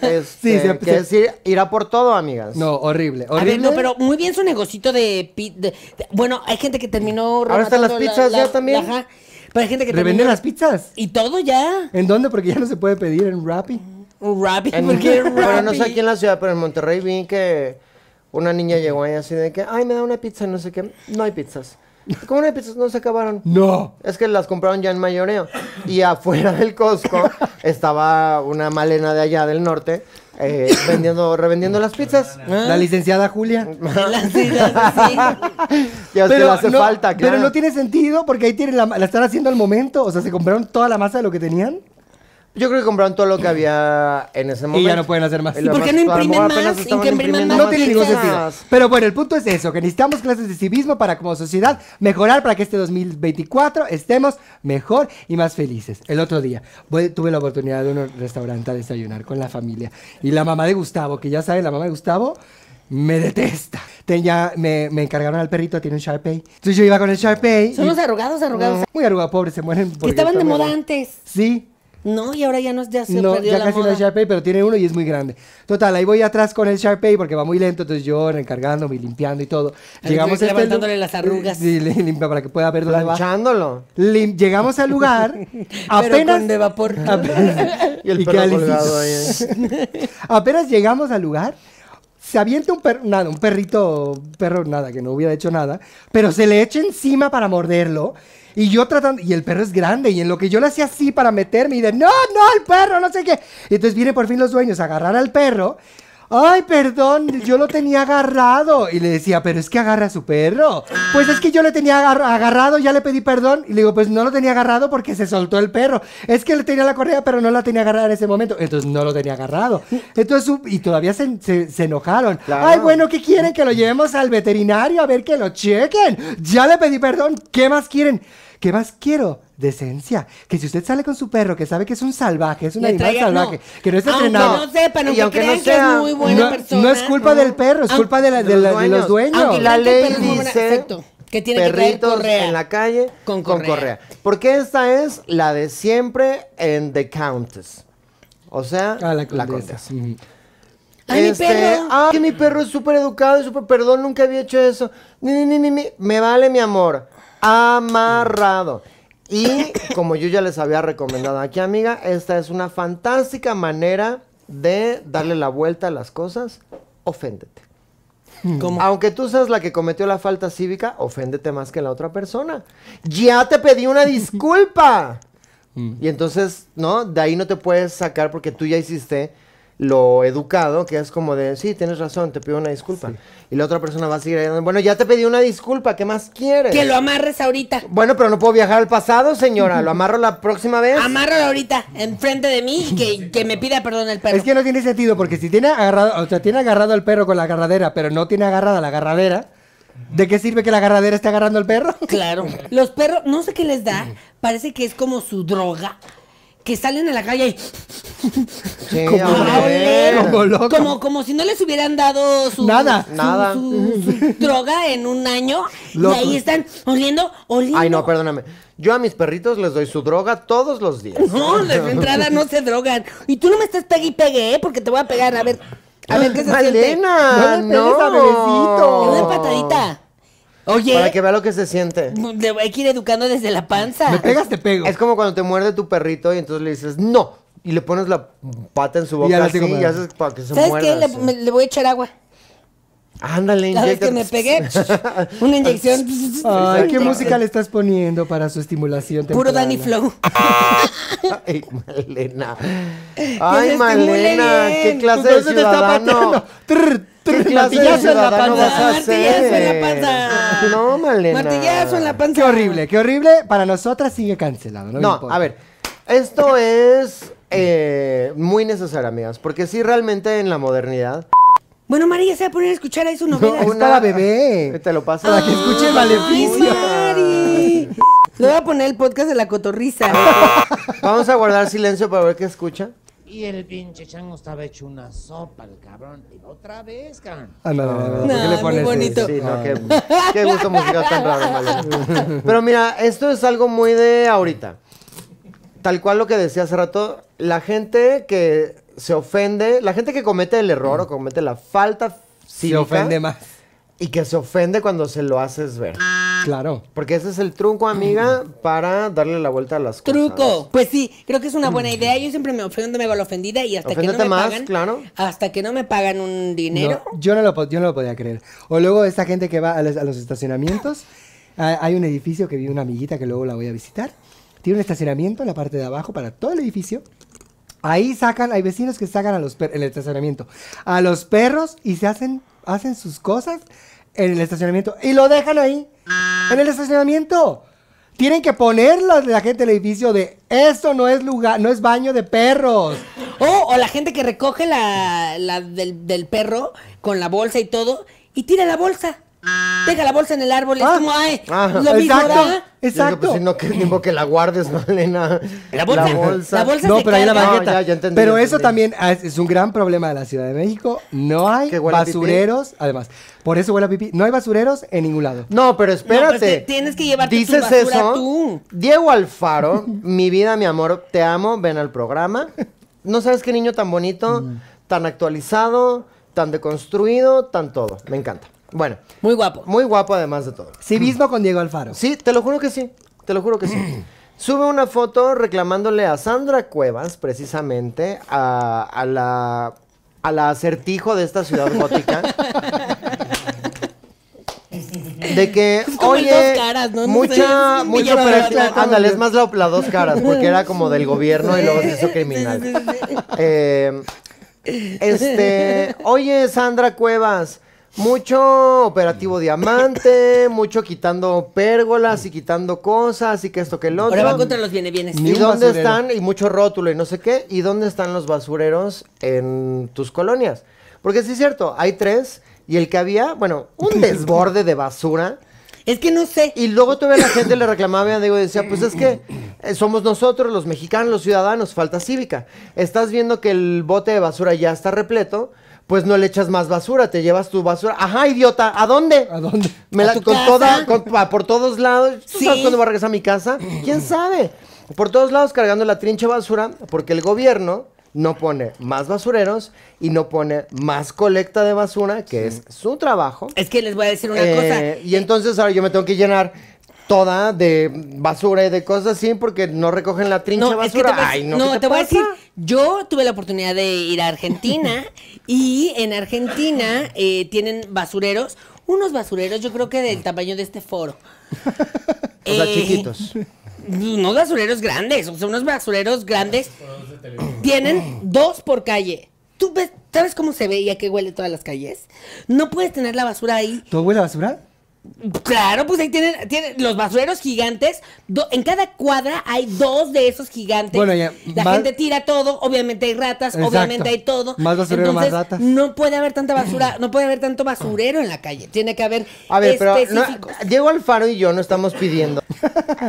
[SPEAKER 2] Este,
[SPEAKER 3] Sí, se-
[SPEAKER 2] que
[SPEAKER 3] se-
[SPEAKER 2] es ir, ir a por todo, amigas.
[SPEAKER 3] No, horrible,
[SPEAKER 1] A ver,
[SPEAKER 3] horrible.
[SPEAKER 1] no, pero muy bien su negocito de, pi- de- de- Bueno, hay gente que terminó.
[SPEAKER 2] Ahora están las
[SPEAKER 1] rematando
[SPEAKER 2] pizzas ya también.
[SPEAKER 1] Ajá. Pero hay gente que
[SPEAKER 3] ¿Revenden
[SPEAKER 1] terminó-
[SPEAKER 3] las pizzas?
[SPEAKER 1] Y todo ya.
[SPEAKER 3] ¿En dónde? Porque ya no se puede pedir en Rappi.
[SPEAKER 1] Un rabbit.
[SPEAKER 2] En-
[SPEAKER 1] porque era un
[SPEAKER 2] bueno, no
[SPEAKER 1] rabbit.
[SPEAKER 2] sé aquí en la ciudad, pero en Monterrey vi que una niña llegó ahí así de que, ay, me da una pizza, no sé qué. No hay pizzas. ¿Cómo no hay pizzas? No se acabaron.
[SPEAKER 3] No.
[SPEAKER 2] Es que las compraron ya en mayoreo. Y afuera del Costco estaba una malena de allá del norte eh, vendiendo, revendiendo las pizzas. ¿eh?
[SPEAKER 3] La licenciada Julia.
[SPEAKER 1] En las islas, sí.
[SPEAKER 2] Ya se le hace
[SPEAKER 3] no,
[SPEAKER 2] falta, claro.
[SPEAKER 3] pero no tiene sentido porque ahí tienen la, la están haciendo al momento. O sea, se compraron toda la masa de lo que tenían.
[SPEAKER 2] Yo creo que compraron todo lo que había en ese momento.
[SPEAKER 3] no pueden hacer más.
[SPEAKER 2] lo
[SPEAKER 1] ¿Y por qué
[SPEAKER 2] demás,
[SPEAKER 1] no
[SPEAKER 2] a lo
[SPEAKER 1] imprimen
[SPEAKER 2] mejor apenas
[SPEAKER 1] más? ¿Y
[SPEAKER 2] estaban
[SPEAKER 1] que impriman
[SPEAKER 2] imprimiendo
[SPEAKER 1] más?
[SPEAKER 3] No tiene ningún sentido.
[SPEAKER 2] pizzas.
[SPEAKER 3] Pero bueno, el punto es eso, que necesitamos clases de civismo para como sociedad mejorar para que este 2024 estemos mejor y más felices. El otro día voy- tuve la oportunidad de ir a un restaurante a desayunar con la familia y la mamá de Gustavo, que ya sabe, la mamá de Gustavo me detesta. Tenía, me, me encargaron al perrito, tiene un Sharpei. Entonces yo iba con el Sharpei.
[SPEAKER 1] Son los arrugados, arrugados.
[SPEAKER 3] Muy arruga, pobre, se mueren.
[SPEAKER 1] que
[SPEAKER 3] porque
[SPEAKER 1] estaban de
[SPEAKER 3] está muy
[SPEAKER 1] moda
[SPEAKER 3] arrugado.
[SPEAKER 1] antes.
[SPEAKER 3] Sí,
[SPEAKER 1] No, y ahora ya no ya se
[SPEAKER 3] no,
[SPEAKER 1] perdió
[SPEAKER 3] ya
[SPEAKER 1] la
[SPEAKER 3] casi no
[SPEAKER 1] moda.
[SPEAKER 3] es Sharpay, pero tiene uno y es muy grande. Total, ahí voy atrás con el Sharpay porque va muy lento, entonces yo recargándome y limpiando y todo.
[SPEAKER 1] Ahí estoy
[SPEAKER 3] a este
[SPEAKER 1] levantándole
[SPEAKER 3] lu-
[SPEAKER 1] las arrugas.
[SPEAKER 3] Sí, le- limpia para que pueda ver dónde va.
[SPEAKER 2] Planchándolo.
[SPEAKER 3] Lim- Llegamos al lugar, apenas...
[SPEAKER 1] con de vapor.
[SPEAKER 3] apenas-
[SPEAKER 2] Y el
[SPEAKER 3] qué
[SPEAKER 2] perro
[SPEAKER 3] alicito.
[SPEAKER 2] colgado ahí.
[SPEAKER 3] Apenas llegamos al lugar, se avienta un perro, nada, un perrito, un perro nada, que no hubiera hecho nada, pero se le echa encima para morderlo. Y yo tratando, y el perro es grande, y en lo que yo le hacía así para meterme, y de no, no, el perro, no sé qué. Y entonces viene por fin los dueños a agarrar al perro. ay, perdón, yo lo tenía agarrado. Y le decía, pero es que agarra a su perro. Pues es que yo le tenía agar- agarrado, ya le pedí perdón. Y le digo, pues no lo tenía agarrado porque se soltó el perro. Es que le tenía la correa, pero no la tenía agarrada en ese momento. Entonces no lo tenía agarrado. Entonces, su- y todavía se, se- se enojaron.
[SPEAKER 2] Claro.
[SPEAKER 3] Ay, bueno, ¿qué quieren? Que lo llevemos al veterinario a ver que lo chequen. Ya le pedí perdón. ¿Qué más quieren? ¿Qué más quiero? Decencia. Que si usted sale con su perro, que sabe que es un salvaje, es un
[SPEAKER 1] Le
[SPEAKER 3] animal
[SPEAKER 1] traiga-
[SPEAKER 3] salvaje,
[SPEAKER 1] no.
[SPEAKER 3] que no está
[SPEAKER 1] Aunque
[SPEAKER 3] entrenado.
[SPEAKER 1] No sepan,
[SPEAKER 2] Y
[SPEAKER 1] aunque,
[SPEAKER 2] aunque no
[SPEAKER 1] crean que
[SPEAKER 2] sea-
[SPEAKER 1] es muy buena
[SPEAKER 3] no,
[SPEAKER 1] persona.
[SPEAKER 3] no es culpa
[SPEAKER 1] ¿no?
[SPEAKER 3] del perro, es
[SPEAKER 1] Aun-
[SPEAKER 3] culpa de, la- de la- de los dueños.
[SPEAKER 1] Aunque
[SPEAKER 2] Y la
[SPEAKER 1] Aunque
[SPEAKER 2] ley
[SPEAKER 1] el perro no
[SPEAKER 2] dice
[SPEAKER 1] fuera- exacto, que tiene que traer
[SPEAKER 2] perritos
[SPEAKER 1] correa.
[SPEAKER 2] en la calle
[SPEAKER 1] Con
[SPEAKER 2] con
[SPEAKER 1] correa.
[SPEAKER 2] correa. Porque esta es la de siempre en The Countess. O sea,
[SPEAKER 3] Ah, la
[SPEAKER 2] la
[SPEAKER 3] condesa.
[SPEAKER 2] condesa.
[SPEAKER 3] Ujú.
[SPEAKER 1] Ay, mi
[SPEAKER 2] Este,
[SPEAKER 1] perro.
[SPEAKER 2] Ay, que mi perro es súper educado y súper perdón, nunca había hecho eso. Ni, ni, ni, ni, ni. Me vale, mi amor. Amarrado. Y como yo ya les había recomendado aquí, amiga, esta es una fantástica manera de darle la vuelta a las cosas. Oféndete.
[SPEAKER 1] ¿Cómo?
[SPEAKER 2] Aunque tú seas la que cometió la falta cívica, oféndete más que la otra persona. Ya te pedí una disculpa. y entonces, ¿no? De ahí no te puedes sacar porque tú ya hiciste lo educado, que es como de, sí, tienes razón, te pido una disculpa. Y la otra persona va a seguir, ahí, bueno, ya te pedí una disculpa, ¿qué más quieres?
[SPEAKER 1] Que lo amarres ahorita.
[SPEAKER 2] Bueno, pero no puedo viajar al pasado, señora. Lo amarro la próxima vez.
[SPEAKER 1] Amárralo ahorita, enfrente de mí, y que, que me pida perdón el perro.
[SPEAKER 3] Es que no tiene sentido, porque si tiene agarrado, o sea, tiene agarrado al perro con la agarradera, pero no tiene agarrada la agarradera, ¿de qué sirve que la agarradera esté agarrando al perro?
[SPEAKER 1] Claro. Los perros, no sé qué les da, parece que es como su droga. Que salen a la calle y
[SPEAKER 2] Sí,
[SPEAKER 3] Como-
[SPEAKER 2] hombre.
[SPEAKER 1] a oler,
[SPEAKER 3] Como loco.
[SPEAKER 1] como, como si no les hubieran dado su,
[SPEAKER 3] Nada.
[SPEAKER 1] su-
[SPEAKER 2] Nada.
[SPEAKER 1] su- su droga en un año.
[SPEAKER 3] Loco.
[SPEAKER 1] Y ahí están oliendo, oliendo.
[SPEAKER 2] Ay, no, perdóname. Yo a mis perritos les doy su droga todos los días.
[SPEAKER 1] No, de entrada no se drogan. Y tú no me estás pegue y pegue, ¿eh? Porque te voy a pegar. A ver, a ver qué se siente.
[SPEAKER 2] Malena,
[SPEAKER 3] No le pegues a
[SPEAKER 1] Le
[SPEAKER 3] bebecito.
[SPEAKER 1] doy patadita. Oye,
[SPEAKER 2] Para que vea lo que se siente.
[SPEAKER 1] le hay que ir educando desde la panza.
[SPEAKER 3] Me pegas, te pego.
[SPEAKER 2] Es como cuando te muerde tu perrito y entonces le dices no. Y le pones la pata en su boca
[SPEAKER 3] Y ya la
[SPEAKER 2] así
[SPEAKER 3] tengo
[SPEAKER 2] y
[SPEAKER 3] para-
[SPEAKER 2] haces para que se
[SPEAKER 1] ¿Sabes
[SPEAKER 2] muerda.
[SPEAKER 1] qué? Le,
[SPEAKER 2] así.
[SPEAKER 1] me- le voy a echar agua.
[SPEAKER 2] Ándale,
[SPEAKER 1] La vez que me
[SPEAKER 2] inyéctate.
[SPEAKER 1] pegué, una inyección.
[SPEAKER 3] Ay, ¿qué
[SPEAKER 1] Exacto.
[SPEAKER 3] música le estás poniendo para su estimulación
[SPEAKER 1] Puro
[SPEAKER 3] temprana?
[SPEAKER 1] Danny Flow.
[SPEAKER 2] Ay, Malena.
[SPEAKER 1] estimule
[SPEAKER 2] Ay, Malena,
[SPEAKER 1] bien.
[SPEAKER 2] qué
[SPEAKER 3] Tu
[SPEAKER 2] clase de
[SPEAKER 3] perro te está
[SPEAKER 2] ciudadano.
[SPEAKER 3] pateando. Trr,
[SPEAKER 2] ¿Qué
[SPEAKER 3] trr,
[SPEAKER 2] clase de
[SPEAKER 3] martillazo en la
[SPEAKER 2] ciudadano
[SPEAKER 3] panza.
[SPEAKER 2] vas a
[SPEAKER 1] Martillazo en la
[SPEAKER 2] hacer?
[SPEAKER 1] panza.
[SPEAKER 2] No, Malena.
[SPEAKER 1] Martillazo en la panza.
[SPEAKER 3] Qué horrible, qué horrible. Para nosotras sigue cancelado. No, me
[SPEAKER 2] No,
[SPEAKER 3] importa.
[SPEAKER 2] a ver, esto es eh, muy necesario, amigas, porque sí, realmente en la modernidad...
[SPEAKER 1] Bueno, María se va a poner a escuchar ahí su novela.
[SPEAKER 3] es para bebé.
[SPEAKER 2] Te lo paso.
[SPEAKER 3] Para que escuche el maleficio.
[SPEAKER 1] Ay, Mari. Le voy a poner el podcast de la cotorriza.
[SPEAKER 2] Ah, Vamos a guardar silencio para ver qué escucha.
[SPEAKER 6] Y el pinche chango estaba hecho una sopa, el cabrón. Digo, otra vez, cabrón.
[SPEAKER 3] Ah, no, no, no, no,
[SPEAKER 1] No,
[SPEAKER 3] ¿por qué le
[SPEAKER 1] muy
[SPEAKER 3] pones
[SPEAKER 1] bonito.
[SPEAKER 3] eso?
[SPEAKER 2] Sí, no,
[SPEAKER 3] Ah.
[SPEAKER 2] qué, qué gusto musical tan raro, Malena. Pero mira, esto es algo muy de ahorita. Tal cual lo que decía hace rato, la gente que se ofende, la gente que comete el error o comete la falta
[SPEAKER 3] Se
[SPEAKER 2] cívica
[SPEAKER 3] ofende más.
[SPEAKER 2] y que se ofende cuando se lo haces ver.
[SPEAKER 3] Claro.
[SPEAKER 2] Porque ese es el truco, amiga, para darle la vuelta a las cosas.
[SPEAKER 1] Truco. Pues sí, creo que es una buena idea. Yo siempre me ofendo, me hago la ofendida y hasta que no
[SPEAKER 2] Oféndete
[SPEAKER 1] me
[SPEAKER 2] más,
[SPEAKER 1] pagan.
[SPEAKER 2] claro.
[SPEAKER 1] Hasta que no me pagan un dinero.
[SPEAKER 3] No, yo, no lo, po- yo no lo podía creer. O luego esta gente que va a los, a los estacionamientos. Ah, hay un edificio que vi una amiguita que luego la voy a visitar. Tiene un estacionamiento en la parte de abajo para todo el edificio. Ahí sacan, hay vecinos que sacan a los perros, el estacionamiento, a los perros y se hacen, hacen sus cosas en el estacionamiento y lo dejan ahí, en el estacionamiento. Tienen que ponerlo la gente del edificio de esto no es lugar, no es baño de perros.
[SPEAKER 1] O, o la gente que recoge la, la del, del perro con la bolsa y todo y tira la bolsa. Deja la bolsa en el árbol.
[SPEAKER 3] Ah,
[SPEAKER 1] es como, ay,
[SPEAKER 2] ah,
[SPEAKER 1] lo mismo,
[SPEAKER 3] exacto.
[SPEAKER 1] ¿verdad?
[SPEAKER 2] Exacto.
[SPEAKER 3] Exacto.
[SPEAKER 2] pues, si no, que tiempo que la guardes, Malena.
[SPEAKER 1] La bolsa. La bolsa
[SPEAKER 3] No,
[SPEAKER 1] se
[SPEAKER 3] pero ahí la
[SPEAKER 1] carga.
[SPEAKER 3] banqueta.
[SPEAKER 2] No, ya, ya entendí,
[SPEAKER 3] pero
[SPEAKER 2] ya
[SPEAKER 3] eso
[SPEAKER 2] entendí.
[SPEAKER 3] también ah, es es un gran problema de la Ciudad de México. No hay
[SPEAKER 2] Que huele a pipí.
[SPEAKER 3] basureros, además. Por eso huele a pipí. No hay basureros en ningún lado.
[SPEAKER 2] No, pero espérate.
[SPEAKER 1] No, pues, te- tienes que llevarte tu
[SPEAKER 2] Dices
[SPEAKER 1] basura
[SPEAKER 2] eso.
[SPEAKER 1] tú.
[SPEAKER 2] Diego Alfaro, mi vida, mi amor, te amo, ven al programa. No sabes qué niño tan bonito, tan actualizado, tan deconstruido, tan todo. Me encanta. Bueno,
[SPEAKER 1] Muy guapo.
[SPEAKER 2] muy guapo además de todo.
[SPEAKER 3] Civismo con Diego Alfaro.
[SPEAKER 2] Sí, te lo juro que sí. Te lo juro que sí. Sube una foto reclamándole a Sandra Cuevas, precisamente, a, a la a la acertijo de esta ciudad gótica. De que,
[SPEAKER 1] Es como el
[SPEAKER 2] oye,
[SPEAKER 1] dos caras, ¿no? No
[SPEAKER 2] mucha,
[SPEAKER 1] sé,
[SPEAKER 2] mucha
[SPEAKER 1] millonario.
[SPEAKER 2] práctica- ándale, es más la, la dos caras, porque era como del gobierno y luego se hizo criminal. Eh, Este, oye, Sandra Cuevas, mucho operativo diamante, mucho quitando pérgolas y quitando cosas y que esto que el otro.
[SPEAKER 1] Ahora va contra los viene bienes.
[SPEAKER 3] Ni
[SPEAKER 2] ¿Y
[SPEAKER 3] un
[SPEAKER 2] dónde
[SPEAKER 3] basurero.
[SPEAKER 2] están? Y mucho rótulo y no sé qué. ¿Y dónde están los basureros en tus colonias? Porque sí es cierto, hay tres y el que había, bueno, un desborde de basura.
[SPEAKER 1] Es que no sé.
[SPEAKER 2] Y luego todavía la gente le reclamaba, digo, decía, pues es que eh, somos nosotros, los mexicanos, los ciudadanos, falta cívica. Estás viendo que el bote de basura ya está repleto, pues no le echas más basura, te llevas tu basura. Ajá, idiota, ¿a dónde?
[SPEAKER 3] ¿A dónde?
[SPEAKER 2] Me
[SPEAKER 1] ¿A
[SPEAKER 2] la,
[SPEAKER 1] tu
[SPEAKER 2] con
[SPEAKER 1] casa?
[SPEAKER 2] toda, con- pa- por todos lados. ¿Tú
[SPEAKER 1] Sí.
[SPEAKER 2] sabes cuándo voy a regresar a mi casa? ¿Quién
[SPEAKER 1] Mm.
[SPEAKER 2] sabe? Por todos lados cargando la trinche basura, porque el gobierno no pone más basureros y no pone más colecta de basura, que es su trabajo.
[SPEAKER 1] Es que les voy a decir una
[SPEAKER 2] Eh,
[SPEAKER 1] cosa.
[SPEAKER 2] Y entonces ahora yo me tengo que llenar toda de basura y de cosas así porque no recogen la trincha
[SPEAKER 1] No, es que te,
[SPEAKER 2] basura.
[SPEAKER 1] voy a-
[SPEAKER 2] Ay, no,
[SPEAKER 1] no,
[SPEAKER 2] ¿qué
[SPEAKER 1] te,
[SPEAKER 2] te,
[SPEAKER 1] voy a
[SPEAKER 2] pasa?
[SPEAKER 1] decir, yo tuve la oportunidad de ir a Argentina y en Argentina eh, tienen basureros, unos basureros yo creo que del tamaño de este foro.
[SPEAKER 2] O sea,
[SPEAKER 1] Eh,
[SPEAKER 2] chiquitos.
[SPEAKER 1] Pues, Unos basureros grandes, o sea, unos basureros grandes tienen dos por calle. ¿Tú ves, sabes cómo se ve y a qué huele todas las calles? No puedes tener la basura ahí.
[SPEAKER 3] ¿Todo huele a basura?
[SPEAKER 1] Claro, pues ahí tienen, tienen los basureros gigantes. do- en cada cuadra hay dos de esos gigantes.
[SPEAKER 3] Bueno, ya,
[SPEAKER 1] la
[SPEAKER 3] más-
[SPEAKER 1] gente tira todo, obviamente hay ratas,
[SPEAKER 3] Exacto.
[SPEAKER 1] obviamente hay todo.
[SPEAKER 3] Más basurero, más
[SPEAKER 1] Entonces,
[SPEAKER 3] ratas.
[SPEAKER 1] No puede haber tanta basura, no puede haber tanto basurero en la calle. Tiene que haber
[SPEAKER 2] A ver, pero no,
[SPEAKER 1] específicos.
[SPEAKER 2] Diego Alfaro y yo no estamos pidiendo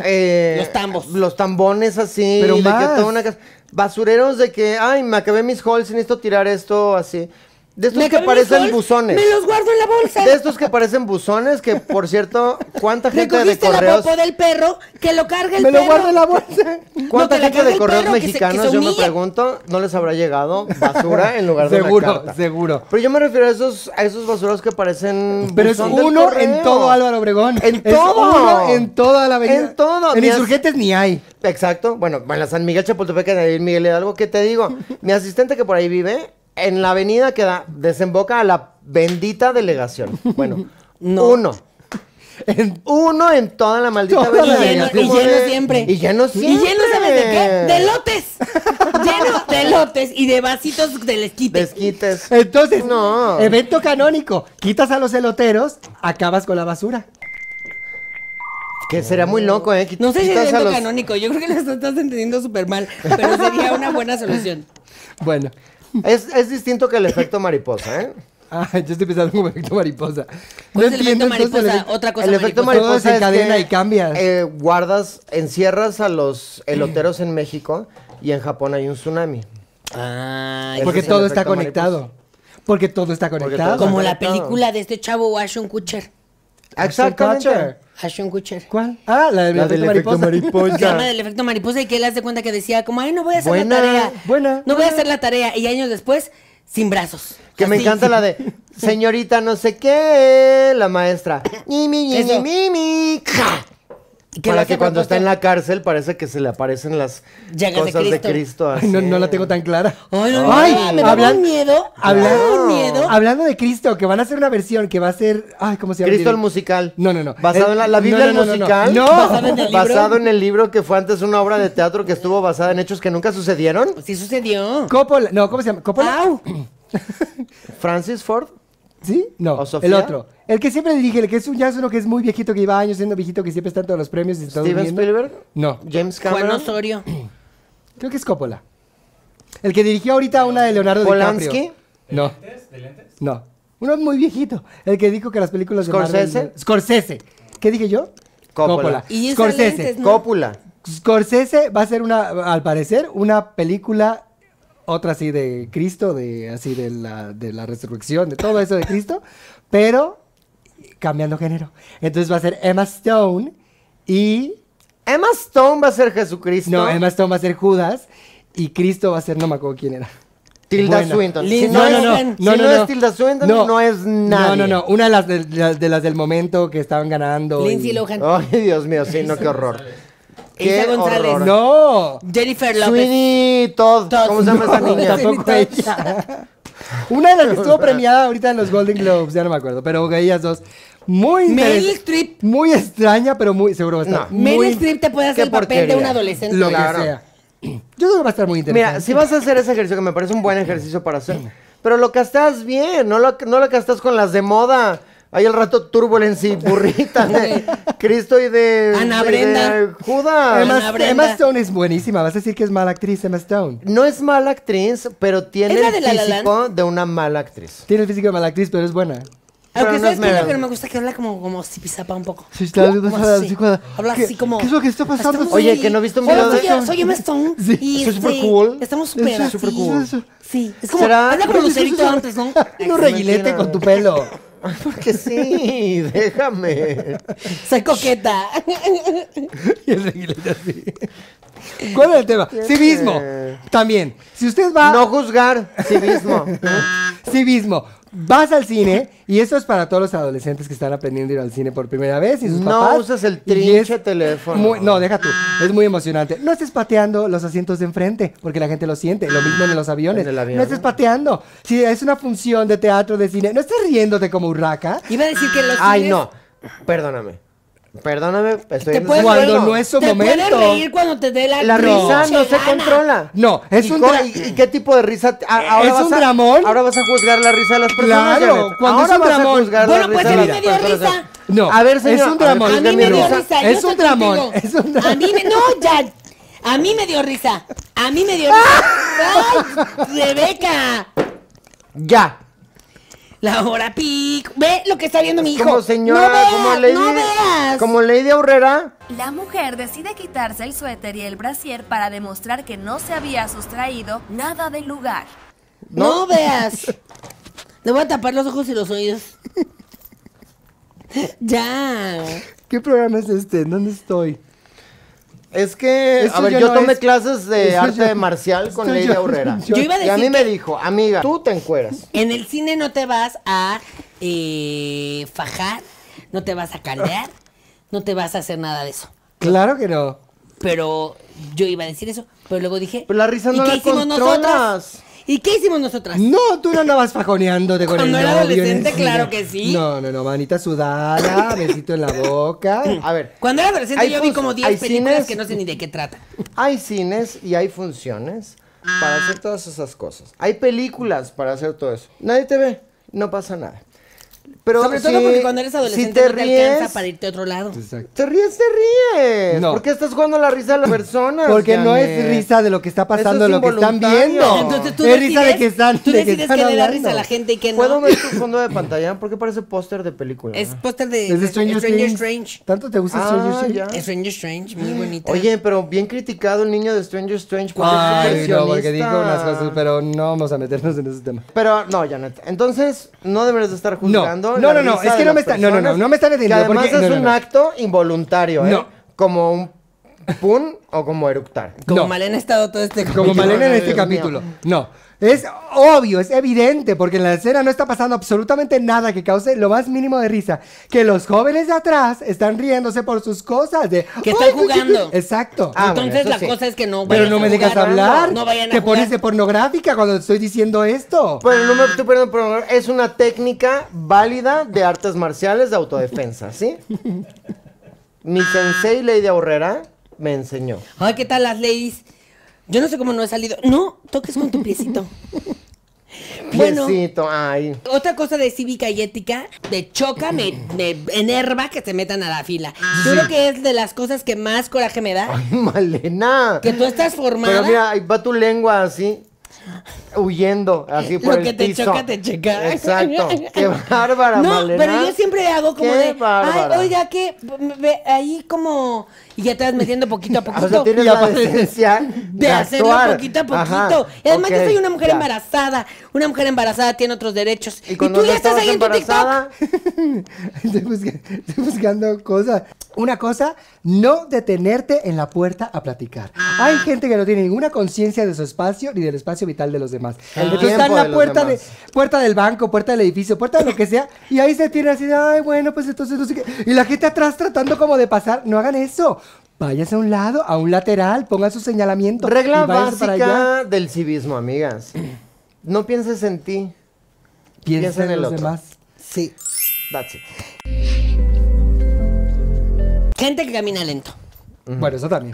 [SPEAKER 2] eh,
[SPEAKER 1] Los tambos.
[SPEAKER 2] los tambones así,
[SPEAKER 3] Pero
[SPEAKER 2] de que
[SPEAKER 3] más.
[SPEAKER 2] toda una casa- basureros de que, ay, me acabé mis halls y necesito tirar esto así. De estos
[SPEAKER 1] Me
[SPEAKER 2] que
[SPEAKER 1] acabé mis bols,
[SPEAKER 2] parecen buzones.
[SPEAKER 1] Me los guardo en la bolsa.
[SPEAKER 2] De estos que parecen buzones, que por cierto, ¿cuánta gente de
[SPEAKER 1] Recogiste la
[SPEAKER 2] correos?
[SPEAKER 1] popó del perro, que lo cargue el
[SPEAKER 3] Me
[SPEAKER 1] perro.
[SPEAKER 3] lo guardo en la bolsa.
[SPEAKER 1] No,
[SPEAKER 2] ¿Cuánta
[SPEAKER 1] que la
[SPEAKER 2] gente
[SPEAKER 1] cargue
[SPEAKER 2] de
[SPEAKER 1] el
[SPEAKER 2] correos
[SPEAKER 1] perro, que se- que
[SPEAKER 2] mexicanos,
[SPEAKER 1] se
[SPEAKER 2] yo me
[SPEAKER 1] humille?
[SPEAKER 2] pregunto, no les habrá llegado basura en lugar de
[SPEAKER 3] Seguro,
[SPEAKER 2] una carta?
[SPEAKER 3] seguro.
[SPEAKER 2] Pero yo me refiero a esos, a esos basureros que parecen.
[SPEAKER 3] Pero es
[SPEAKER 2] buzón del
[SPEAKER 3] uno
[SPEAKER 2] correo.
[SPEAKER 3] en todo Álvaro Obregón.
[SPEAKER 2] En
[SPEAKER 3] Es
[SPEAKER 2] todo.
[SPEAKER 3] uno en toda la avenida.
[SPEAKER 2] En todo.
[SPEAKER 3] En
[SPEAKER 2] Ni as-
[SPEAKER 3] insurgentes ni hay.
[SPEAKER 2] Exacto. Bueno, en la San Miguel Chapultepec, en el Miguel Hidalgo, ¿qué te digo? Mi asistente que por ahí vive, en la avenida que da, desemboca a la bendita delegación. Bueno, uno.
[SPEAKER 3] En-
[SPEAKER 2] Uno en toda la maldita
[SPEAKER 3] Toda
[SPEAKER 1] Y
[SPEAKER 3] la
[SPEAKER 2] avenida.
[SPEAKER 1] lleno, y
[SPEAKER 2] Como
[SPEAKER 1] lleno
[SPEAKER 2] de-
[SPEAKER 1] siempre.
[SPEAKER 2] Y lleno siempre.
[SPEAKER 1] Y lleno, ¿sabes de qué? De lotes. lleno de lotes y de vasitos de lesquite.
[SPEAKER 2] Desquites.
[SPEAKER 3] Entonces,
[SPEAKER 2] No.
[SPEAKER 3] evento canónico. Quitas a los eloteros, acabas con la basura.
[SPEAKER 2] Que sería muy loco, ¿eh? Quit-
[SPEAKER 1] No sé si es
[SPEAKER 2] quitas a
[SPEAKER 1] evento
[SPEAKER 2] los-
[SPEAKER 1] canónico. Yo creo que lo estás entendiendo súper mal. Pero sería una buena solución.
[SPEAKER 3] Bueno.
[SPEAKER 2] Es, es distinto que el efecto mariposa, ¿eh?
[SPEAKER 3] Ah, yo estoy pensando como efecto mariposa.
[SPEAKER 1] ¿Cuál es el efecto
[SPEAKER 3] entonces, el
[SPEAKER 1] mariposa?
[SPEAKER 3] efecto-
[SPEAKER 1] Otra cosa
[SPEAKER 2] el efecto
[SPEAKER 1] mariposa.
[SPEAKER 3] mariposa.
[SPEAKER 2] mariposa
[SPEAKER 3] Todo
[SPEAKER 2] es
[SPEAKER 3] desencadena
[SPEAKER 2] que,
[SPEAKER 3] y cambias.
[SPEAKER 2] eh, guardas, encierras a los eloteros en México y en Japón hay un tsunami.
[SPEAKER 1] Ah,
[SPEAKER 2] Ese
[SPEAKER 3] Porque
[SPEAKER 2] es el
[SPEAKER 3] todo está
[SPEAKER 2] efecto
[SPEAKER 3] conectado. Porque todo está conectado.
[SPEAKER 2] todo
[SPEAKER 1] como la
[SPEAKER 2] Exacto.
[SPEAKER 1] película de este chavo Ashon Kutcher.
[SPEAKER 2] Ah, Exactamente.
[SPEAKER 3] Catcher.
[SPEAKER 1] Ashon Kutcher.
[SPEAKER 3] ¿Cuál? Ah, la, del
[SPEAKER 2] La
[SPEAKER 3] efecto
[SPEAKER 2] del efecto
[SPEAKER 1] Se llama
[SPEAKER 2] mariposa.
[SPEAKER 1] del efecto mariposa y que él hace cuenta que decía como, ay, no voy a hacer
[SPEAKER 2] Buena,
[SPEAKER 1] la tarea.
[SPEAKER 3] buena,
[SPEAKER 1] No voy a hacer la tarea. Y años después, sin brazos.
[SPEAKER 2] Que me
[SPEAKER 1] Así.
[SPEAKER 2] encanta la de señorita no sé qué, la maestra. Ni, mi, ni,
[SPEAKER 1] Eso.
[SPEAKER 2] ni, mi, mi, ja.
[SPEAKER 1] Y lo
[SPEAKER 2] Para
[SPEAKER 1] hace
[SPEAKER 2] que
[SPEAKER 1] a
[SPEAKER 2] cuando está en
[SPEAKER 1] propósito.
[SPEAKER 2] la cárcel parece que se le aparecen las
[SPEAKER 1] Llagas de
[SPEAKER 2] cosas de Cristo.
[SPEAKER 1] Cristo.
[SPEAKER 3] Ay,
[SPEAKER 2] así.
[SPEAKER 3] no, no la tengo tan clara.
[SPEAKER 1] Ay, no, no,
[SPEAKER 3] Ay,
[SPEAKER 1] no, me daba
[SPEAKER 3] hablan-
[SPEAKER 1] un miedo.
[SPEAKER 3] hablan-
[SPEAKER 1] me daba un miedo.
[SPEAKER 3] Hablando de Cristo, que van a hacer una versión que va a ser. Ay, ¿cómo se llama?
[SPEAKER 2] Cristo el
[SPEAKER 3] Direct-
[SPEAKER 2] musical.
[SPEAKER 3] No, no, no.
[SPEAKER 2] Basado
[SPEAKER 3] Eh,
[SPEAKER 2] en la, la
[SPEAKER 3] no,
[SPEAKER 2] Biblia
[SPEAKER 3] no, no,
[SPEAKER 2] el
[SPEAKER 3] no, no.
[SPEAKER 2] musical.
[SPEAKER 3] No.
[SPEAKER 1] Basado en el libro.
[SPEAKER 2] Basado en el libro que fue antes una obra de teatro que estuvo basada en hechos que nunca sucedieron.
[SPEAKER 1] Sí sucedió.
[SPEAKER 3] Coppola. No, ¿cómo se llama? ¿Coppola?
[SPEAKER 1] Au.
[SPEAKER 2] Francis Ford.
[SPEAKER 3] ¿Sí? No.
[SPEAKER 2] ¿O Sofía?
[SPEAKER 3] El otro. El que siempre dirige, el que es un, ya es uno que es muy viejito, que lleva años siendo viejito, que siempre está en todos los premios. y está
[SPEAKER 2] Steven
[SPEAKER 3] durmiendo.
[SPEAKER 2] Spielberg.
[SPEAKER 3] No.
[SPEAKER 2] James
[SPEAKER 1] Juan
[SPEAKER 2] Cameron.
[SPEAKER 1] Osorio.
[SPEAKER 3] Creo que es Coppola. El que dirigió ahorita una de Leonardo
[SPEAKER 2] Polanski.
[SPEAKER 3] DiCaprio. No. ¿De lentes? No. Uno muy viejito. El que dijo que las películas de
[SPEAKER 2] ¿Scorsese?
[SPEAKER 3] Marvel... Scorsese. ¿Qué dije yo?
[SPEAKER 2] Coppola.
[SPEAKER 1] Y usa
[SPEAKER 3] Scorsese.
[SPEAKER 1] lentes, ¿no?
[SPEAKER 2] Coppola.
[SPEAKER 3] Scorsese va a ser una, al parecer, una película, otra así de Cristo, de así de la, de la resurrección, de todo eso de Cristo, pero cambiando género. Entonces va a ser Emma Stone y...
[SPEAKER 2] Emma Stone va a ser Jesucristo.
[SPEAKER 3] No, Emma Stone va a ser Judas y Cristo va a ser, no me acuerdo quién era.
[SPEAKER 2] Tilda
[SPEAKER 3] Bueno.
[SPEAKER 2] Swinton.
[SPEAKER 1] Linda
[SPEAKER 2] Si no, es,
[SPEAKER 1] Lohan.
[SPEAKER 2] si no es Tilda Swinton, no, es nadie.
[SPEAKER 3] No, no, no. Una de las, de, las- de las del momento que estaban ganando.
[SPEAKER 1] Lindsay
[SPEAKER 3] y-
[SPEAKER 1] Lohan.
[SPEAKER 2] Ay, Dios mío, sí, no, qué horror.
[SPEAKER 1] Isa González.
[SPEAKER 2] horror.
[SPEAKER 3] No.
[SPEAKER 1] Jennifer López.
[SPEAKER 2] Sweeney Todd.
[SPEAKER 1] Todd.
[SPEAKER 2] ¿Cómo se llama esa
[SPEAKER 3] No,
[SPEAKER 2] niña?
[SPEAKER 3] tampoco ella. Una de las que estuvo premiada ahorita en los Golden Globes, ya no me acuerdo, pero ellas dos. Muy
[SPEAKER 1] Meryl
[SPEAKER 3] interes-
[SPEAKER 1] Streep.
[SPEAKER 3] Muy extraña, pero muy seguro va a estar.
[SPEAKER 2] No.
[SPEAKER 3] muy-
[SPEAKER 1] Meryl Streep te puede hacer
[SPEAKER 2] qué
[SPEAKER 1] el papel de
[SPEAKER 2] porquería.
[SPEAKER 1] un adolescente.
[SPEAKER 3] Lo
[SPEAKER 2] Claro.
[SPEAKER 3] que sea. Yo creo que va a estar muy interesante.
[SPEAKER 2] Mira, si vas a hacer ese ejercicio, que me parece un buen ejercicio para hacer, pero lo castas bien, no lo, no lo castas con las de moda. Ahí el rato turbulence y burrita de Cristo y de,
[SPEAKER 1] Ana
[SPEAKER 2] y de
[SPEAKER 1] Brenda.
[SPEAKER 2] Judas.
[SPEAKER 1] Ana
[SPEAKER 3] Además,
[SPEAKER 1] Brenda.
[SPEAKER 3] Emma Stone es buenísima. Vas a decir que es mala actriz, Emma Stone.
[SPEAKER 2] No es mala actriz, pero tiene
[SPEAKER 1] ¿Es la
[SPEAKER 2] el
[SPEAKER 1] de La La
[SPEAKER 2] físico de una mala actriz.
[SPEAKER 3] Tiene el físico de mala actriz, pero es buena.
[SPEAKER 2] Pero
[SPEAKER 1] Aunque
[SPEAKER 2] no
[SPEAKER 1] sabes
[SPEAKER 2] es
[SPEAKER 1] que es
[SPEAKER 2] mera.
[SPEAKER 1] lo que no me gusta que habla como, como zipizapa un poco.
[SPEAKER 3] Sí, claro,
[SPEAKER 1] Como
[SPEAKER 3] habla así como-
[SPEAKER 1] Habla
[SPEAKER 3] ¿Qué-
[SPEAKER 1] así como.
[SPEAKER 3] qué es lo que está pasando?
[SPEAKER 1] "Estamos
[SPEAKER 2] Oye, que no he visto un
[SPEAKER 1] Hola,
[SPEAKER 2] video de
[SPEAKER 1] soy-
[SPEAKER 2] eso.
[SPEAKER 1] Soy Emma Stone.
[SPEAKER 3] Sí,
[SPEAKER 1] y
[SPEAKER 2] soy súper
[SPEAKER 1] este,
[SPEAKER 2] cool.
[SPEAKER 1] Estamos súper
[SPEAKER 2] Soy
[SPEAKER 1] así.
[SPEAKER 2] súper cool.
[SPEAKER 1] Sí, es como.
[SPEAKER 2] ¿Será?
[SPEAKER 1] Habla como
[SPEAKER 2] Oye,
[SPEAKER 1] Lucerito
[SPEAKER 2] eso es-
[SPEAKER 1] antes, ¿no?
[SPEAKER 3] No Pues, reguilete
[SPEAKER 2] mentira.
[SPEAKER 3] con tu pelo.
[SPEAKER 1] Ah,
[SPEAKER 2] Porque sí, déjame.
[SPEAKER 1] Soy coqueta.
[SPEAKER 3] Y el reguilete así. ¿Cuál es el tema? Civismo. También. Si usted va.
[SPEAKER 2] No juzgar, sí mismo.
[SPEAKER 1] Ah,
[SPEAKER 3] Civismo. Vas al cine, y eso es para todos los adolescentes que están aprendiendo a ir al cine por primera vez. Y sus
[SPEAKER 2] No
[SPEAKER 3] papás,
[SPEAKER 2] uses el
[SPEAKER 3] y
[SPEAKER 2] trinche teléfono.
[SPEAKER 3] muy- no, deja tú. Es muy emocionante. No estés pateando los asientos de enfrente, porque la gente lo siente. Lo mismo en los aviones.
[SPEAKER 2] En el avión.
[SPEAKER 3] No estés pateando. Si es una función de teatro, de cine, no estés riéndote como urraca.
[SPEAKER 1] Iba a decir que los.
[SPEAKER 2] Ay,
[SPEAKER 1] cines
[SPEAKER 2] no. Perdóname. Perdóname, estoy
[SPEAKER 1] Te
[SPEAKER 2] en
[SPEAKER 1] puedes
[SPEAKER 3] Cuando
[SPEAKER 2] desacuerdo.
[SPEAKER 3] no es su
[SPEAKER 1] te
[SPEAKER 3] momento.
[SPEAKER 1] puedes reír cuando te dé la
[SPEAKER 2] La
[SPEAKER 1] pinche
[SPEAKER 2] risa no se
[SPEAKER 1] gana.
[SPEAKER 2] controla.
[SPEAKER 3] No, es
[SPEAKER 2] ¿Y
[SPEAKER 3] un
[SPEAKER 2] co-
[SPEAKER 3] dra-
[SPEAKER 2] ¿Y, y qué tipo de risa? te- a- ahora
[SPEAKER 3] Es
[SPEAKER 2] vas
[SPEAKER 3] un
[SPEAKER 2] a-
[SPEAKER 3] dramón.
[SPEAKER 2] Ahora vas a juzgar la risa de las personas.
[SPEAKER 3] Claro,
[SPEAKER 2] Janet.
[SPEAKER 3] cuando es
[SPEAKER 2] Ahora
[SPEAKER 3] un
[SPEAKER 2] vas a
[SPEAKER 3] dramón.
[SPEAKER 2] juzgar la
[SPEAKER 1] Bueno, pues
[SPEAKER 2] risa
[SPEAKER 1] a
[SPEAKER 2] de
[SPEAKER 1] mí
[SPEAKER 2] las
[SPEAKER 1] me dio
[SPEAKER 2] personas.
[SPEAKER 1] risa.
[SPEAKER 3] No,
[SPEAKER 2] A ver, señor.
[SPEAKER 3] es un dramón.
[SPEAKER 1] A mí me dio
[SPEAKER 3] Mira,
[SPEAKER 1] risa. yo
[SPEAKER 3] es
[SPEAKER 1] estoy
[SPEAKER 3] un dramón,
[SPEAKER 1] contigo.
[SPEAKER 3] es un dramón.
[SPEAKER 1] A mí me, no, ya. A mí me dio risa. A mí me dio risa. ¡Ay, Rebeca!
[SPEAKER 2] Ya.
[SPEAKER 1] La hora pico. Ve lo que está viendo mi hijo.
[SPEAKER 2] Como señora,
[SPEAKER 1] no veas,
[SPEAKER 2] como Lady.
[SPEAKER 1] No veas.
[SPEAKER 2] Como Lady Aurrera.
[SPEAKER 7] La mujer decide quitarse el suéter y el brasier para demostrar que no se había sustraído nada del lugar.
[SPEAKER 1] ¿no? veas. Le voy a tapar los ojos y los oídos. ya.
[SPEAKER 3] ¿Qué programa es este? ¿En ¿Dónde estoy?
[SPEAKER 2] Es que,
[SPEAKER 3] Eso
[SPEAKER 2] a ver,
[SPEAKER 3] ya
[SPEAKER 2] yo
[SPEAKER 3] no
[SPEAKER 2] tomé
[SPEAKER 3] es-
[SPEAKER 2] clases de
[SPEAKER 3] eso
[SPEAKER 2] arte
[SPEAKER 3] ya-
[SPEAKER 2] marcial con
[SPEAKER 3] esto
[SPEAKER 2] Lady
[SPEAKER 3] ya-
[SPEAKER 2] Aurrera.
[SPEAKER 3] yo-
[SPEAKER 1] Yo iba a
[SPEAKER 2] y a mí
[SPEAKER 1] decir
[SPEAKER 2] me
[SPEAKER 1] que-
[SPEAKER 2] dijo, amiga, tú te encueras.
[SPEAKER 1] En el cine no te vas a eh, fajar, no te vas a caldear, no te vas a hacer nada de eso.
[SPEAKER 3] Claro que no.
[SPEAKER 1] Pero yo iba a decir eso, pero luego dije.
[SPEAKER 2] Pero la risa
[SPEAKER 1] ¿y
[SPEAKER 2] no
[SPEAKER 1] qué
[SPEAKER 2] la
[SPEAKER 1] hicimos
[SPEAKER 2] controlas.
[SPEAKER 1] nosotras? ¿Y qué hicimos nosotras?
[SPEAKER 3] No, tú no andabas fajoneándote con
[SPEAKER 1] Cuando
[SPEAKER 3] el
[SPEAKER 1] era
[SPEAKER 3] novio. en el
[SPEAKER 1] adolescente,
[SPEAKER 3] cine.
[SPEAKER 1] claro que sí.
[SPEAKER 3] No, no, no, manita sudada, besito en la boca.
[SPEAKER 2] A ver,
[SPEAKER 1] Cuando era adolescente
[SPEAKER 2] Hay
[SPEAKER 1] yo vi
[SPEAKER 2] fus-
[SPEAKER 1] como
[SPEAKER 2] hay
[SPEAKER 1] 10 películas
[SPEAKER 2] cines-
[SPEAKER 1] que no sé ni de qué trata.
[SPEAKER 2] hay cines y hay funciones para hacer todas esas cosas. Hay películas para hacer todo eso. Nadie te ve, no pasa nada. Pero
[SPEAKER 1] Sobre
[SPEAKER 2] si-
[SPEAKER 1] todo porque cuando eres
[SPEAKER 2] si
[SPEAKER 1] adolescente
[SPEAKER 2] te
[SPEAKER 1] no te
[SPEAKER 2] ríes, pues,
[SPEAKER 1] alcanza para irte a otro lado.
[SPEAKER 3] Exacto.
[SPEAKER 2] Te ríes, te ríes.
[SPEAKER 3] No.
[SPEAKER 2] ¿Por qué estás jugando a la risa de la persona?
[SPEAKER 3] Porque no es risa de lo que está pasando, lo que están viendo.
[SPEAKER 1] Entonces tú
[SPEAKER 3] Es
[SPEAKER 1] decides,
[SPEAKER 3] risa de que están-
[SPEAKER 1] tú
[SPEAKER 3] de que
[SPEAKER 1] decides
[SPEAKER 3] están
[SPEAKER 1] que le da
[SPEAKER 3] hablando.
[SPEAKER 1] risa a la gente y que no.
[SPEAKER 2] ¿Puedo ver tu fondo de pantalla? Porque parece póster de película.
[SPEAKER 1] Es póster de,
[SPEAKER 3] Es de Stranger, Things.
[SPEAKER 1] Strange.
[SPEAKER 3] ¿Tanto te gusta
[SPEAKER 2] Ah,
[SPEAKER 3] Stranger Things?
[SPEAKER 2] ya.
[SPEAKER 1] Stranger Strange, muy bonita.
[SPEAKER 2] Oye, pero bien criticado el niño de Stranger Strange. porque es
[SPEAKER 3] Ay, no, porque dijo
[SPEAKER 2] perfeccionista.
[SPEAKER 3] unas cosas, pero no vamos a meternos en ese tema.
[SPEAKER 2] Pero no, Janet. Entonces, no deberías de estar juzgando.
[SPEAKER 3] no,
[SPEAKER 2] la
[SPEAKER 3] no, no,
[SPEAKER 2] risa
[SPEAKER 3] es que
[SPEAKER 2] de
[SPEAKER 3] no me
[SPEAKER 2] las
[SPEAKER 3] está- no, no, no,
[SPEAKER 2] personas,
[SPEAKER 3] no me está
[SPEAKER 2] Que
[SPEAKER 3] deteniendo,
[SPEAKER 2] además
[SPEAKER 3] porque-
[SPEAKER 2] es
[SPEAKER 3] no, no,
[SPEAKER 2] un
[SPEAKER 3] no.
[SPEAKER 2] acto involuntario, ¿eh?
[SPEAKER 3] No.
[SPEAKER 2] Como un pun o como eructar.
[SPEAKER 1] como
[SPEAKER 3] no.
[SPEAKER 1] Malena ha estado todo este
[SPEAKER 3] Como
[SPEAKER 1] capítulo.
[SPEAKER 3] Malena en este
[SPEAKER 2] Dios mío.
[SPEAKER 3] capítulo. No. Es obvio, es evidente, porque en la escena no está pasando absolutamente nada que cause lo más mínimo de risa. Que los jóvenes de atrás están riéndose por sus cosas. De,
[SPEAKER 1] Que están
[SPEAKER 3] "Ay, qué chiqui-".
[SPEAKER 1] jugando.
[SPEAKER 3] Exacto.
[SPEAKER 2] Ah, bueno,
[SPEAKER 1] Entonces
[SPEAKER 2] eso
[SPEAKER 1] la
[SPEAKER 2] sí.
[SPEAKER 1] cosa es que no
[SPEAKER 3] pero
[SPEAKER 1] vayan
[SPEAKER 3] no
[SPEAKER 1] a
[SPEAKER 3] me dejas
[SPEAKER 1] jugar,
[SPEAKER 3] hablar.
[SPEAKER 1] No vayan a
[SPEAKER 3] te
[SPEAKER 1] jugar.
[SPEAKER 3] pones de pornográfica cuando te estoy diciendo esto.
[SPEAKER 2] Pero no me estoy perdiendo por favor, Es una técnica válida de artes marciales de autodefensa, ¿sí? Mi sensei Lady Aurrera me enseñó.
[SPEAKER 1] Ay, ¿qué tal las ladies? Yo no sé cómo no he salido. No, toques con tu piecito. bueno,
[SPEAKER 2] Piecito, ay.
[SPEAKER 1] otra cosa de cívica y ética, de choca, me, me enerva que se metan a la fila. Yo creo que es de las cosas que más coraje me da.
[SPEAKER 2] Ay, Malena.
[SPEAKER 1] Que tú estás formada.
[SPEAKER 2] Pero mira, ahí va tu lengua así, huyendo, así por
[SPEAKER 1] Lo
[SPEAKER 2] el
[SPEAKER 1] que te
[SPEAKER 2] piso.
[SPEAKER 1] choca, te checa.
[SPEAKER 2] Exacto. Qué bárbara,
[SPEAKER 1] No,
[SPEAKER 2] Malena.
[SPEAKER 1] pero yo siempre hago como
[SPEAKER 2] Qué
[SPEAKER 1] de,
[SPEAKER 2] bárbara.
[SPEAKER 1] ay, oiga, que me- me- ahí como, y ya te vas metiendo poquito a poquito.
[SPEAKER 2] O sea, tienes
[SPEAKER 3] Y
[SPEAKER 2] la
[SPEAKER 3] aparte-
[SPEAKER 2] decencia
[SPEAKER 1] de
[SPEAKER 2] de
[SPEAKER 1] hacerlo
[SPEAKER 2] actuar.
[SPEAKER 1] poquito a poquito.
[SPEAKER 2] Ajá,
[SPEAKER 1] y además
[SPEAKER 2] ok,
[SPEAKER 1] yo soy una mujer
[SPEAKER 2] ya.
[SPEAKER 1] embarazada. Una mujer embarazada tiene otros derechos.
[SPEAKER 2] Y cuando
[SPEAKER 1] tú
[SPEAKER 2] no
[SPEAKER 1] ya estás
[SPEAKER 2] estabas
[SPEAKER 1] ahí en tu TikTok.
[SPEAKER 2] embarazada,
[SPEAKER 3] Estoy, busca- estoy buscando cosas. Una cosa, no detenerte en la puerta a platicar. Hay
[SPEAKER 2] Ah.
[SPEAKER 3] gente que no tiene ninguna conciencia de su espacio ni del espacio vital de los demás.
[SPEAKER 2] El tiempo
[SPEAKER 3] Entonces está en
[SPEAKER 2] de
[SPEAKER 3] la
[SPEAKER 2] los
[SPEAKER 3] puerta, de,
[SPEAKER 2] demás.
[SPEAKER 3] puerta del banco, puerta del edificio, puerta de lo que sea, y ahí se tiene así, de, ay, bueno, pues entonces no sé qué. Y la gente atrás tratando como de pasar. No hagan eso. Váyase a un lado, a un lateral, pongan su señalamiento.
[SPEAKER 2] Regla
[SPEAKER 3] y váyanse para allá.
[SPEAKER 2] básica del civismo, amigas. No pienses en ti.
[SPEAKER 3] Piensa en,
[SPEAKER 2] el
[SPEAKER 3] los
[SPEAKER 2] otro.
[SPEAKER 3] demás.
[SPEAKER 1] Sí.
[SPEAKER 2] That's it.
[SPEAKER 1] Gente que camina lento.
[SPEAKER 3] Bueno, eso también.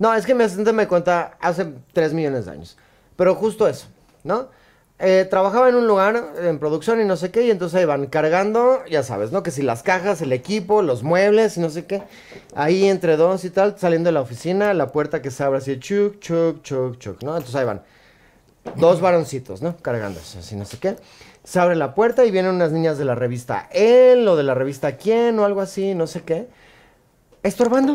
[SPEAKER 2] No, es que mi asistente me cuenta hace 3 millones de años. Pero justo eso, ¿no? Eh, trabajaba en un lugar en producción y no sé qué, y entonces iban cargando, ya sabes, ¿no? Que si las cajas, el equipo, los muebles y no sé qué. Ahí entre dos y tal, saliendo de la oficina, la puerta que se abre así, chuc, chuc, chuc, chuc, ¿no? Entonces ahí van dos varoncitos, ¿no? Cargándose, así no sé qué. Se abre la puerta y vienen unas niñas de la revista Él o de la revista Quién o algo así, no sé qué. Estorbando,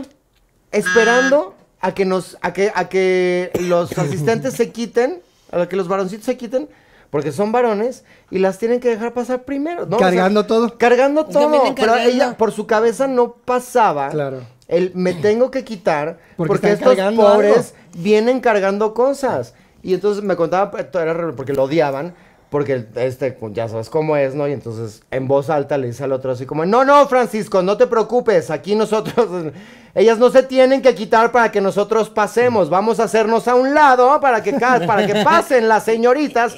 [SPEAKER 2] esperando a que nos, a que, a que los asistentes se quiten, a que los varoncitos se quiten, porque son varones y las tienen que dejar pasar primero, ¿no? O sea,
[SPEAKER 3] Cargando todo.
[SPEAKER 2] Cargando
[SPEAKER 1] Que
[SPEAKER 2] todo.
[SPEAKER 1] vienen
[SPEAKER 2] Pero
[SPEAKER 1] cargando.
[SPEAKER 2] ella, por su cabeza, no pasaba.
[SPEAKER 3] Claro.
[SPEAKER 2] El me tengo que quitar
[SPEAKER 3] Porque
[SPEAKER 2] porque,
[SPEAKER 3] están
[SPEAKER 2] estos
[SPEAKER 3] cargando algo.
[SPEAKER 2] pobres vienen cargando cosas. Y entonces me contaba, pues, todo era horrible, porque lo odiaban, porque este, pues, ya sabes cómo es, ¿no? Y entonces en voz alta le dice al otro así como, no, no, Francisco, no te preocupes, aquí nosotros, ellas no se tienen que quitar para que nosotros pasemos, vamos a hacernos a un lado para que, ca- para que pasen las señoritas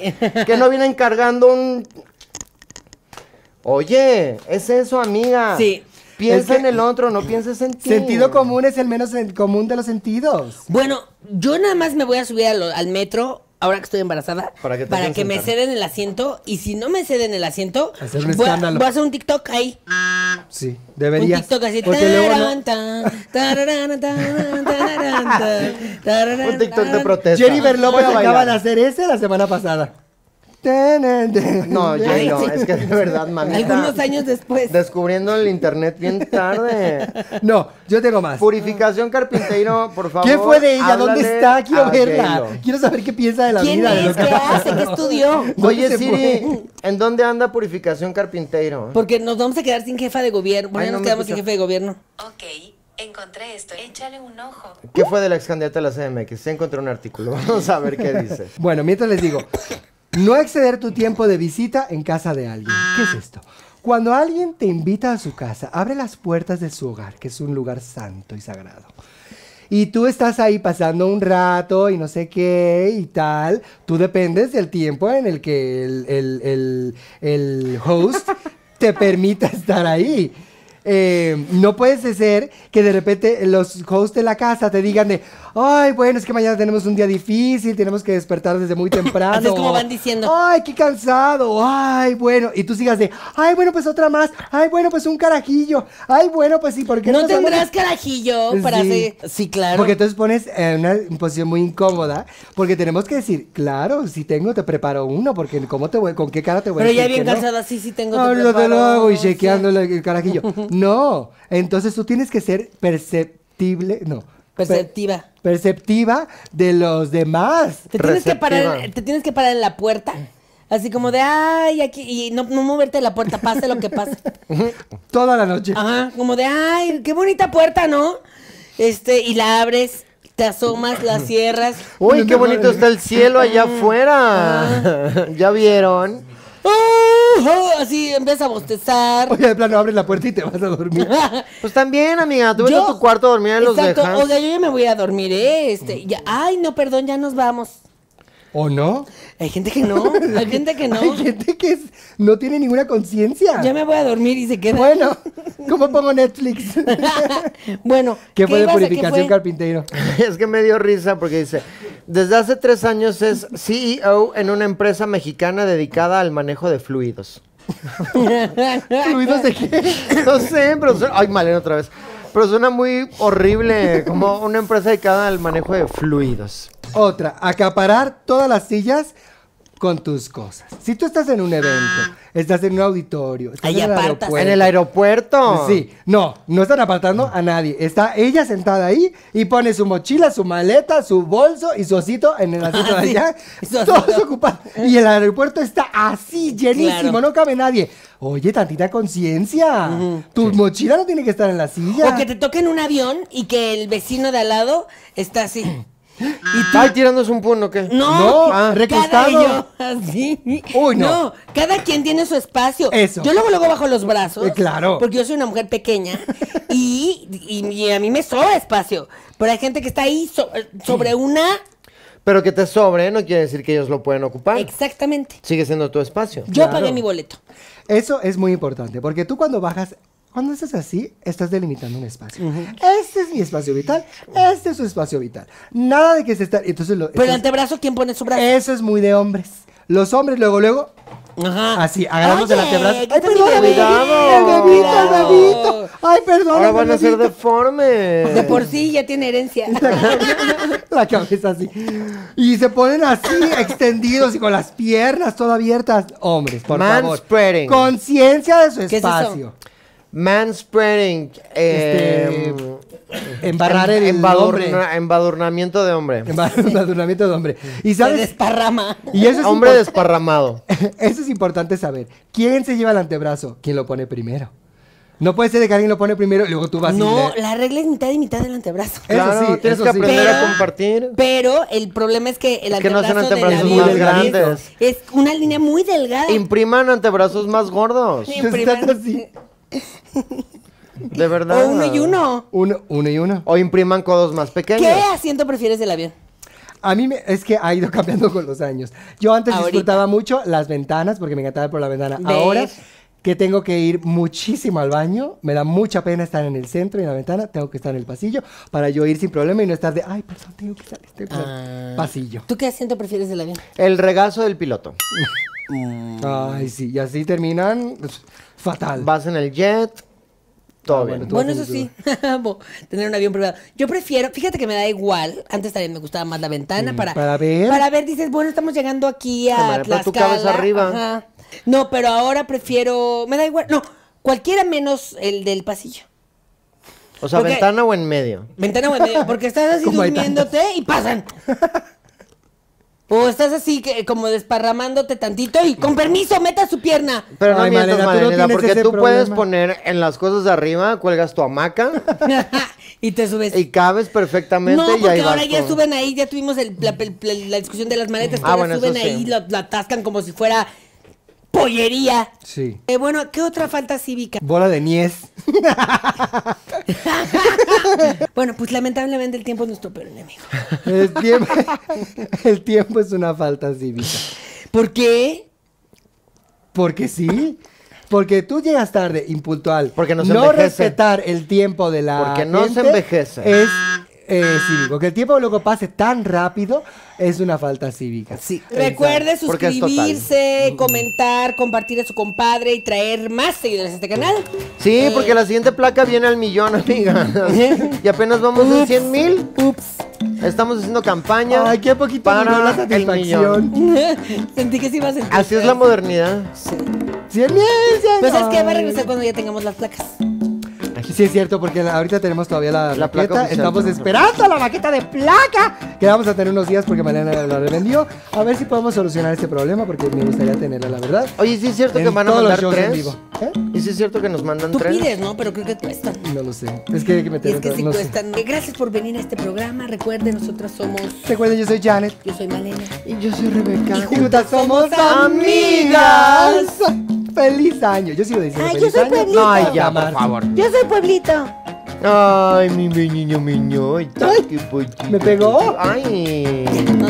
[SPEAKER 2] que no vienen cargando un... Oye, es eso, amiga.
[SPEAKER 1] Sí.
[SPEAKER 2] Piensa
[SPEAKER 3] Es
[SPEAKER 2] en
[SPEAKER 3] que-
[SPEAKER 2] el otro, no pienses en ti.
[SPEAKER 3] Sentido común es el menos sen- común de los sentidos.
[SPEAKER 1] Bueno, yo nada más me voy a subir a lo- al metro. Ahora que estoy embarazada,
[SPEAKER 2] Para que te dejen
[SPEAKER 1] me
[SPEAKER 2] sentar.
[SPEAKER 1] ceden el asiento, y si no me ceden el asiento,
[SPEAKER 3] Hacer un
[SPEAKER 1] voy, a,
[SPEAKER 3] escándalo.
[SPEAKER 1] voy a hacer un TikTok ahí.
[SPEAKER 3] Sí,
[SPEAKER 1] Un
[SPEAKER 3] deberías.
[SPEAKER 1] TikTok así.
[SPEAKER 3] porque luego
[SPEAKER 1] tararán,
[SPEAKER 3] no-
[SPEAKER 1] tan, tararán, tararán, tararán, tan, tararán,
[SPEAKER 2] Un TikTok de
[SPEAKER 1] tararán.
[SPEAKER 2] protesta.
[SPEAKER 3] Jenny López
[SPEAKER 2] Voy a
[SPEAKER 3] acaba
[SPEAKER 2] bailar.
[SPEAKER 3] de hacer ese la semana pasada.
[SPEAKER 2] No,
[SPEAKER 3] No,
[SPEAKER 2] Jenny, no,
[SPEAKER 1] sí.
[SPEAKER 2] es que de verdad, mamita.
[SPEAKER 1] Algunos años después.
[SPEAKER 2] Descubriendo el internet bien tarde.
[SPEAKER 3] No, yo tengo más.
[SPEAKER 2] Purificación Carpinteiro, por favor.
[SPEAKER 3] ¿Qué fue de ella?
[SPEAKER 2] háblale
[SPEAKER 3] ¿Dónde está? Quiero
[SPEAKER 2] a
[SPEAKER 3] verla.
[SPEAKER 2] J-Lo.
[SPEAKER 3] Quiero saber qué piensa de la
[SPEAKER 1] ¿Quién
[SPEAKER 3] vida. de lo
[SPEAKER 1] es?
[SPEAKER 3] que
[SPEAKER 1] ¿Qué
[SPEAKER 3] pasa.
[SPEAKER 1] hace? ¿Qué estudió?
[SPEAKER 3] ¿Dónde se
[SPEAKER 2] Oye,
[SPEAKER 3] fue?
[SPEAKER 2] Siri, ¿en dónde anda Purificación Carpinteiro?
[SPEAKER 1] Porque nos vamos a quedar sin jefa de gobierno. Bueno,
[SPEAKER 2] Ay, no
[SPEAKER 1] nos
[SPEAKER 2] me
[SPEAKER 1] quedamos sin
[SPEAKER 2] escucho.
[SPEAKER 1] jefe de gobierno.
[SPEAKER 8] Ok, encontré esto. Échale un ojo.
[SPEAKER 2] ¿Qué fue de la ex candidata a la CMX? Se encontró un artículo. Vamos a ver qué dice.
[SPEAKER 3] Bueno, mientras les digo, no exceder tu tiempo de visita en casa de alguien. ¿Qué es esto? Cuando alguien te invita a su casa, abre las puertas de su hogar, que es un lugar santo y sagrado. Y tú estás ahí pasando un rato y no sé qué y tal. Tú dependes del tiempo en el que el, el- el- el host te permita estar ahí. Eh, no puedes ser que de repente los hosts de la casa te digan de, ay, bueno, es que mañana tenemos un día difícil, tenemos que despertar desde muy temprano.
[SPEAKER 1] Así es como van diciendo.
[SPEAKER 3] Ay, qué cansado, ay, bueno. Y tú sigas de, ay, bueno, pues otra más, ay, bueno, pues un carajillo, ay, bueno, pues sí, ¿por qué
[SPEAKER 1] No
[SPEAKER 3] nos vamos a-
[SPEAKER 1] tendrás carajillo para
[SPEAKER 3] Sí.
[SPEAKER 1] hacer. Sí, claro.
[SPEAKER 3] porque entonces pones en una posición muy incómoda, porque tenemos que decir, claro, si tengo, te preparo uno, porque ¿cómo te voy- ¿con qué cara te voy a
[SPEAKER 1] Pero
[SPEAKER 3] decir
[SPEAKER 1] ya bien
[SPEAKER 3] este, que no?
[SPEAKER 1] cansada, sí, sí tengo. te
[SPEAKER 3] Ah, lo de
[SPEAKER 1] preparo,
[SPEAKER 3] luego y
[SPEAKER 1] sí.
[SPEAKER 3] chequeando el carajillo. No, entonces tú tienes que ser perceptible, no. per-
[SPEAKER 1] Perceptiva.
[SPEAKER 3] perceptiva de los demás.
[SPEAKER 1] Te tienes, que parar, en-
[SPEAKER 2] Receptiva.
[SPEAKER 1] te tienes que parar en la puerta. Así como de, ay, aquí. Y no, no moverte de la puerta, pase lo que pase.
[SPEAKER 3] Toda la noche.
[SPEAKER 1] Ajá. Como de, ay, qué bonita puerta, ¿no? Este, y la abres, te asomas, la cierras.
[SPEAKER 2] Uy, qué bonito está el cielo allá
[SPEAKER 1] Ah.
[SPEAKER 2] afuera. ¿Ya vieron?
[SPEAKER 1] ¡Oh! oh! así empiezas a bostezar.
[SPEAKER 3] Oye, de plano abres la puerta y te vas a dormir.
[SPEAKER 2] Pues también, amiga, tú vete
[SPEAKER 1] Yo-
[SPEAKER 2] a tu cuarto a dormir y los
[SPEAKER 1] Exacto,
[SPEAKER 2] dejas.
[SPEAKER 1] oiga, yo ya me voy a dormir, ¿eh? Este, ya, ay, no, perdón, ya nos vamos.
[SPEAKER 3] ¿O no?
[SPEAKER 1] Hay gente que no, hay gente que no.
[SPEAKER 3] Hay gente que es- no tiene ninguna conciencia.
[SPEAKER 1] Ya me voy a dormir y se queda.
[SPEAKER 3] Bueno, ¿cómo pongo Netflix?
[SPEAKER 1] bueno,
[SPEAKER 3] ¿Qué fue de
[SPEAKER 1] ibas a- qué
[SPEAKER 3] purificación
[SPEAKER 1] fue?
[SPEAKER 3] carpintero?
[SPEAKER 2] Es que me dio risa porque dice, desde hace tres años es CEO en una empresa mexicana dedicada al manejo de fluidos.
[SPEAKER 3] ¿Fluidos de qué?
[SPEAKER 2] No sé, pero suena- Ay, Malena otra vez. Pero suena muy horrible, como una empresa dedicada al manejo de fluidos.
[SPEAKER 3] Otra, acaparar todas las sillas con tus cosas. Si tú estás en un evento, estás en un auditorio, estás
[SPEAKER 1] Ah. Ahí
[SPEAKER 3] en el
[SPEAKER 1] apartas.
[SPEAKER 3] aeropuerto.
[SPEAKER 2] ¿En el aeropuerto?
[SPEAKER 3] Pues Sí, no, no están apartando a nadie. Está ella sentada ahí y pone su mochila, su maleta, su bolso y su osito en el asiento de
[SPEAKER 1] Ah, sí,
[SPEAKER 3] allá.
[SPEAKER 1] su osito.
[SPEAKER 3] Todos ocupados. Y el aeropuerto está así, llenísimo,
[SPEAKER 1] Claro.
[SPEAKER 3] no cabe nadie. Oye, tantita conciencia. Tu mochila no tiene que estar en la silla.
[SPEAKER 1] O que te toquen un avión y que el vecino de al lado está así.
[SPEAKER 2] ¿Y tú? Ay, tirándose un puno, ¿qué?
[SPEAKER 1] No,
[SPEAKER 3] No, ah,
[SPEAKER 1] cada
[SPEAKER 3] recostado.
[SPEAKER 1] ello, así.
[SPEAKER 3] Uy, no.
[SPEAKER 1] cada quien tiene su espacio.
[SPEAKER 3] Eso.
[SPEAKER 1] Yo luego luego bajo los brazos.
[SPEAKER 3] Eh, claro.
[SPEAKER 1] Porque yo soy una mujer pequeña y, y- y a mí me sobra espacio. Pero hay gente que está ahí so- sobre una.
[SPEAKER 2] Pero que te sobre no quiere decir que ellos lo pueden ocupar.
[SPEAKER 1] Exactamente.
[SPEAKER 2] Sigue siendo tu espacio.
[SPEAKER 1] Yo
[SPEAKER 3] Ah. Claro.
[SPEAKER 1] pagué mi boleto.
[SPEAKER 3] Eso es muy importante, porque tú cuando bajas Cuando estás así, estás delimitando un espacio. Este es mi espacio vital, este es su espacio vital. Nada de que se está... Entonces eh, lo-
[SPEAKER 1] Pero el
[SPEAKER 3] entonces-
[SPEAKER 1] antebrazo, ¿quién pone su brazo?
[SPEAKER 3] eso es muy de hombres. Los hombres luego, luego,
[SPEAKER 1] Ajá.
[SPEAKER 3] así, agarrándose el
[SPEAKER 1] Oye,
[SPEAKER 3] antebrazo.
[SPEAKER 1] ¿qué
[SPEAKER 3] ¡Ay,
[SPEAKER 1] tal mi
[SPEAKER 3] perdón! ¡El
[SPEAKER 2] bebito?
[SPEAKER 3] bebito, el bebito! ¡Ay, perdón!
[SPEAKER 2] Ahora van a ser
[SPEAKER 1] De
[SPEAKER 2] deformes.
[SPEAKER 1] por sí ya tiene herencia.
[SPEAKER 3] La cabeza así. Y se ponen así, extendidos y con las piernas todas abiertas. Hombres, por favor.
[SPEAKER 2] Manspreading.
[SPEAKER 3] Conciencia de su
[SPEAKER 1] ¿Qué es eso?
[SPEAKER 3] espacio.
[SPEAKER 2] Manspreading.
[SPEAKER 3] Este,
[SPEAKER 2] eh,
[SPEAKER 3] Embarrar el,
[SPEAKER 2] embadurna-
[SPEAKER 3] hombre.
[SPEAKER 2] Embadurnamiento de hombre.
[SPEAKER 3] Embarrar el embadurnamiento de hombre. Y
[SPEAKER 1] Se
[SPEAKER 3] sabes,
[SPEAKER 1] desparrama.
[SPEAKER 3] y eso es,
[SPEAKER 2] hombre
[SPEAKER 3] impor-
[SPEAKER 2] desparramado.
[SPEAKER 3] eso es importante saber. ¿Quién se lleva el antebrazo? ¿Quién lo pone primero? No puede ser de que alguien lo pone primero y luego tú vas y
[SPEAKER 1] No,
[SPEAKER 3] le-
[SPEAKER 1] la regla es mitad y mitad del antebrazo.
[SPEAKER 3] Eso
[SPEAKER 2] claro,
[SPEAKER 3] sí,
[SPEAKER 2] tienes
[SPEAKER 3] eso
[SPEAKER 2] que
[SPEAKER 3] sí.
[SPEAKER 2] aprender a
[SPEAKER 1] Pero-
[SPEAKER 2] compartir.
[SPEAKER 1] Pero el problema es que el
[SPEAKER 2] Es que no
[SPEAKER 1] antebrazo
[SPEAKER 2] hacen
[SPEAKER 1] de la
[SPEAKER 2] antebrazos
[SPEAKER 1] vida
[SPEAKER 3] más
[SPEAKER 1] es-
[SPEAKER 2] grandes.
[SPEAKER 1] es una línea muy delgada.
[SPEAKER 2] Impriman antebrazos más gordos.
[SPEAKER 1] Sí.
[SPEAKER 3] Entonces, estás así.
[SPEAKER 2] De verdad.
[SPEAKER 1] o uno y uno.
[SPEAKER 3] Uno, uno y uno.
[SPEAKER 2] O impriman codos más pequeños.
[SPEAKER 1] ¿Qué asiento prefieres del avión?
[SPEAKER 3] A mí me- es que ha ido cambiando con los años. Yo antes
[SPEAKER 1] Ahorita.
[SPEAKER 3] disfrutaba mucho las ventanas porque me encantaba ir por la ventana.
[SPEAKER 1] ¿Ves?
[SPEAKER 3] Ahora que tengo que ir muchísimo al baño, me da mucha pena estar en el centro y en la ventana, tengo que estar en el pasillo para yo ir sin problema y no estar de, ay, perdón, tengo que salir, tengo que
[SPEAKER 1] Ah.
[SPEAKER 3] salir". Pasillo.
[SPEAKER 1] ¿Tú qué asiento prefieres del avión?
[SPEAKER 2] El regazo del piloto.
[SPEAKER 3] Ay, sí, y así terminan pues, fatal.
[SPEAKER 2] Vas en el jet. Todo bien.
[SPEAKER 3] Ah, bueno, Tú
[SPEAKER 1] Bueno,
[SPEAKER 3] haces
[SPEAKER 1] eso
[SPEAKER 3] el
[SPEAKER 1] sí, amo tener un avión privado. Yo prefiero, fíjate que me da igual. Antes también me gustaba más la ventana para,
[SPEAKER 3] para ver.
[SPEAKER 1] Para ver, dices, bueno, estamos llegando aquí a
[SPEAKER 2] Cámara, pero tú
[SPEAKER 1] Tlaxcala.
[SPEAKER 2] cabes arriba.
[SPEAKER 1] Ajá. No, pero ahora prefiero, me da igual. No, cualquiera menos el del pasillo.
[SPEAKER 2] O sea,
[SPEAKER 1] Porque-
[SPEAKER 2] ventana o en medio.
[SPEAKER 1] Ventana o en medio, porque estás así
[SPEAKER 3] Como hay
[SPEAKER 1] durmiéndote y pasan. O estás así que, como desparramándote tantito y con permiso, meta su pierna.
[SPEAKER 2] Pero no
[SPEAKER 3] Ay,
[SPEAKER 2] mientas,
[SPEAKER 3] Malena, tú no
[SPEAKER 2] Marinela,
[SPEAKER 3] tienes
[SPEAKER 2] porque
[SPEAKER 3] ese
[SPEAKER 2] tú puedes
[SPEAKER 3] problema.
[SPEAKER 2] poner en las cosas de arriba, cuelgas tu hamaca
[SPEAKER 1] y te subes.
[SPEAKER 2] y cabes perfectamente
[SPEAKER 1] No,
[SPEAKER 2] y ahí
[SPEAKER 1] porque
[SPEAKER 2] vas
[SPEAKER 1] ahora ya
[SPEAKER 2] tú.
[SPEAKER 1] suben ahí, ya tuvimos el- la, pel- la- la discusión de las maletas, que
[SPEAKER 2] Ah,
[SPEAKER 1] ahora
[SPEAKER 2] bueno,
[SPEAKER 1] suben
[SPEAKER 2] eso sí.
[SPEAKER 1] ahí, lo, lo atascan como si fuera pollería.
[SPEAKER 3] Sí.
[SPEAKER 1] Eh, bueno, ¿qué otra falta cívica?
[SPEAKER 3] Bola de niez.
[SPEAKER 1] Bueno, pues lamentablemente el tiempo es nuestro peor enemigo.
[SPEAKER 3] El tiempo, el tiempo es una falta cívica.
[SPEAKER 1] ¿Por qué?
[SPEAKER 3] Porque sí. Porque tú llegas tarde, impuntual.
[SPEAKER 2] Porque no se
[SPEAKER 3] No
[SPEAKER 2] envejece.
[SPEAKER 3] respetar el tiempo de la
[SPEAKER 2] Porque no se
[SPEAKER 3] gente
[SPEAKER 2] envejece.
[SPEAKER 3] Es eh, cívico. Que el tiempo luego pase tan rápido es una falta cívica.
[SPEAKER 1] Sí.
[SPEAKER 3] Pensar.
[SPEAKER 1] Recuerde
[SPEAKER 2] Porque es total.
[SPEAKER 1] suscribirse, comentar, compartir a su compadre y traer más seguidores a este canal.
[SPEAKER 3] Eh.
[SPEAKER 2] Sí, porque la siguiente placa viene al millón, amiga. y apenas vamos en 100 mil.
[SPEAKER 1] Ups.
[SPEAKER 2] Estamos haciendo campaña.
[SPEAKER 3] Ay, qué poquito duró la
[SPEAKER 2] para el millón.
[SPEAKER 3] satisfacción.
[SPEAKER 1] Sentí que sí ibas a sentir.
[SPEAKER 2] Así es la modernidad.
[SPEAKER 3] Cien mil, cien
[SPEAKER 1] Pues es que va a
[SPEAKER 3] mil.
[SPEAKER 1] regresar cuando ya tengamos las placas.
[SPEAKER 3] Sí, es cierto, porque la- ahorita tenemos todavía la,
[SPEAKER 2] La placa
[SPEAKER 3] plaqueta.
[SPEAKER 2] oficial,
[SPEAKER 3] Estamos
[SPEAKER 2] ¿no?
[SPEAKER 3] esperando la maqueta de placa. Que vamos a tener unos días porque mañana la revendió. A ver si podemos solucionar este problema porque me gustaría tenerla, la verdad.
[SPEAKER 2] Oye, ¿sí es cierto que
[SPEAKER 3] En
[SPEAKER 2] van a
[SPEAKER 3] todos los
[SPEAKER 2] mandar
[SPEAKER 3] shows en
[SPEAKER 2] tres?
[SPEAKER 3] vivo. ¿Eh?
[SPEAKER 2] ¿Y sí es cierto que nos mandan
[SPEAKER 1] Tú
[SPEAKER 2] tres?
[SPEAKER 1] pides, ¿no? Pero creo que cuestan.
[SPEAKER 3] No lo sé. Es que hay que
[SPEAKER 1] Y
[SPEAKER 3] meter
[SPEAKER 1] es que
[SPEAKER 3] otra-
[SPEAKER 1] sí
[SPEAKER 3] no sé.
[SPEAKER 1] cuestan. Eh, Gracias por venir a este programa. Recuerden, nosotros somos.
[SPEAKER 3] Recuerden, Este yo soy Janet.
[SPEAKER 1] Yo soy Malena.
[SPEAKER 2] Y yo soy Rebeca.
[SPEAKER 3] Y juntas somos amigas.
[SPEAKER 2] amigas.
[SPEAKER 3] ¡Feliz año! Yo sigo diciendo
[SPEAKER 1] Ay, yo
[SPEAKER 3] feliz
[SPEAKER 1] soy
[SPEAKER 3] año.
[SPEAKER 1] pueblito.
[SPEAKER 2] No, ay, ya, por
[SPEAKER 3] Marzo.
[SPEAKER 2] favor.
[SPEAKER 1] Yo soy Pueblito.
[SPEAKER 2] Ay, mi, mi niño, mi niño. Ay, qué pollito.
[SPEAKER 3] ¿me pegó?
[SPEAKER 2] Ay.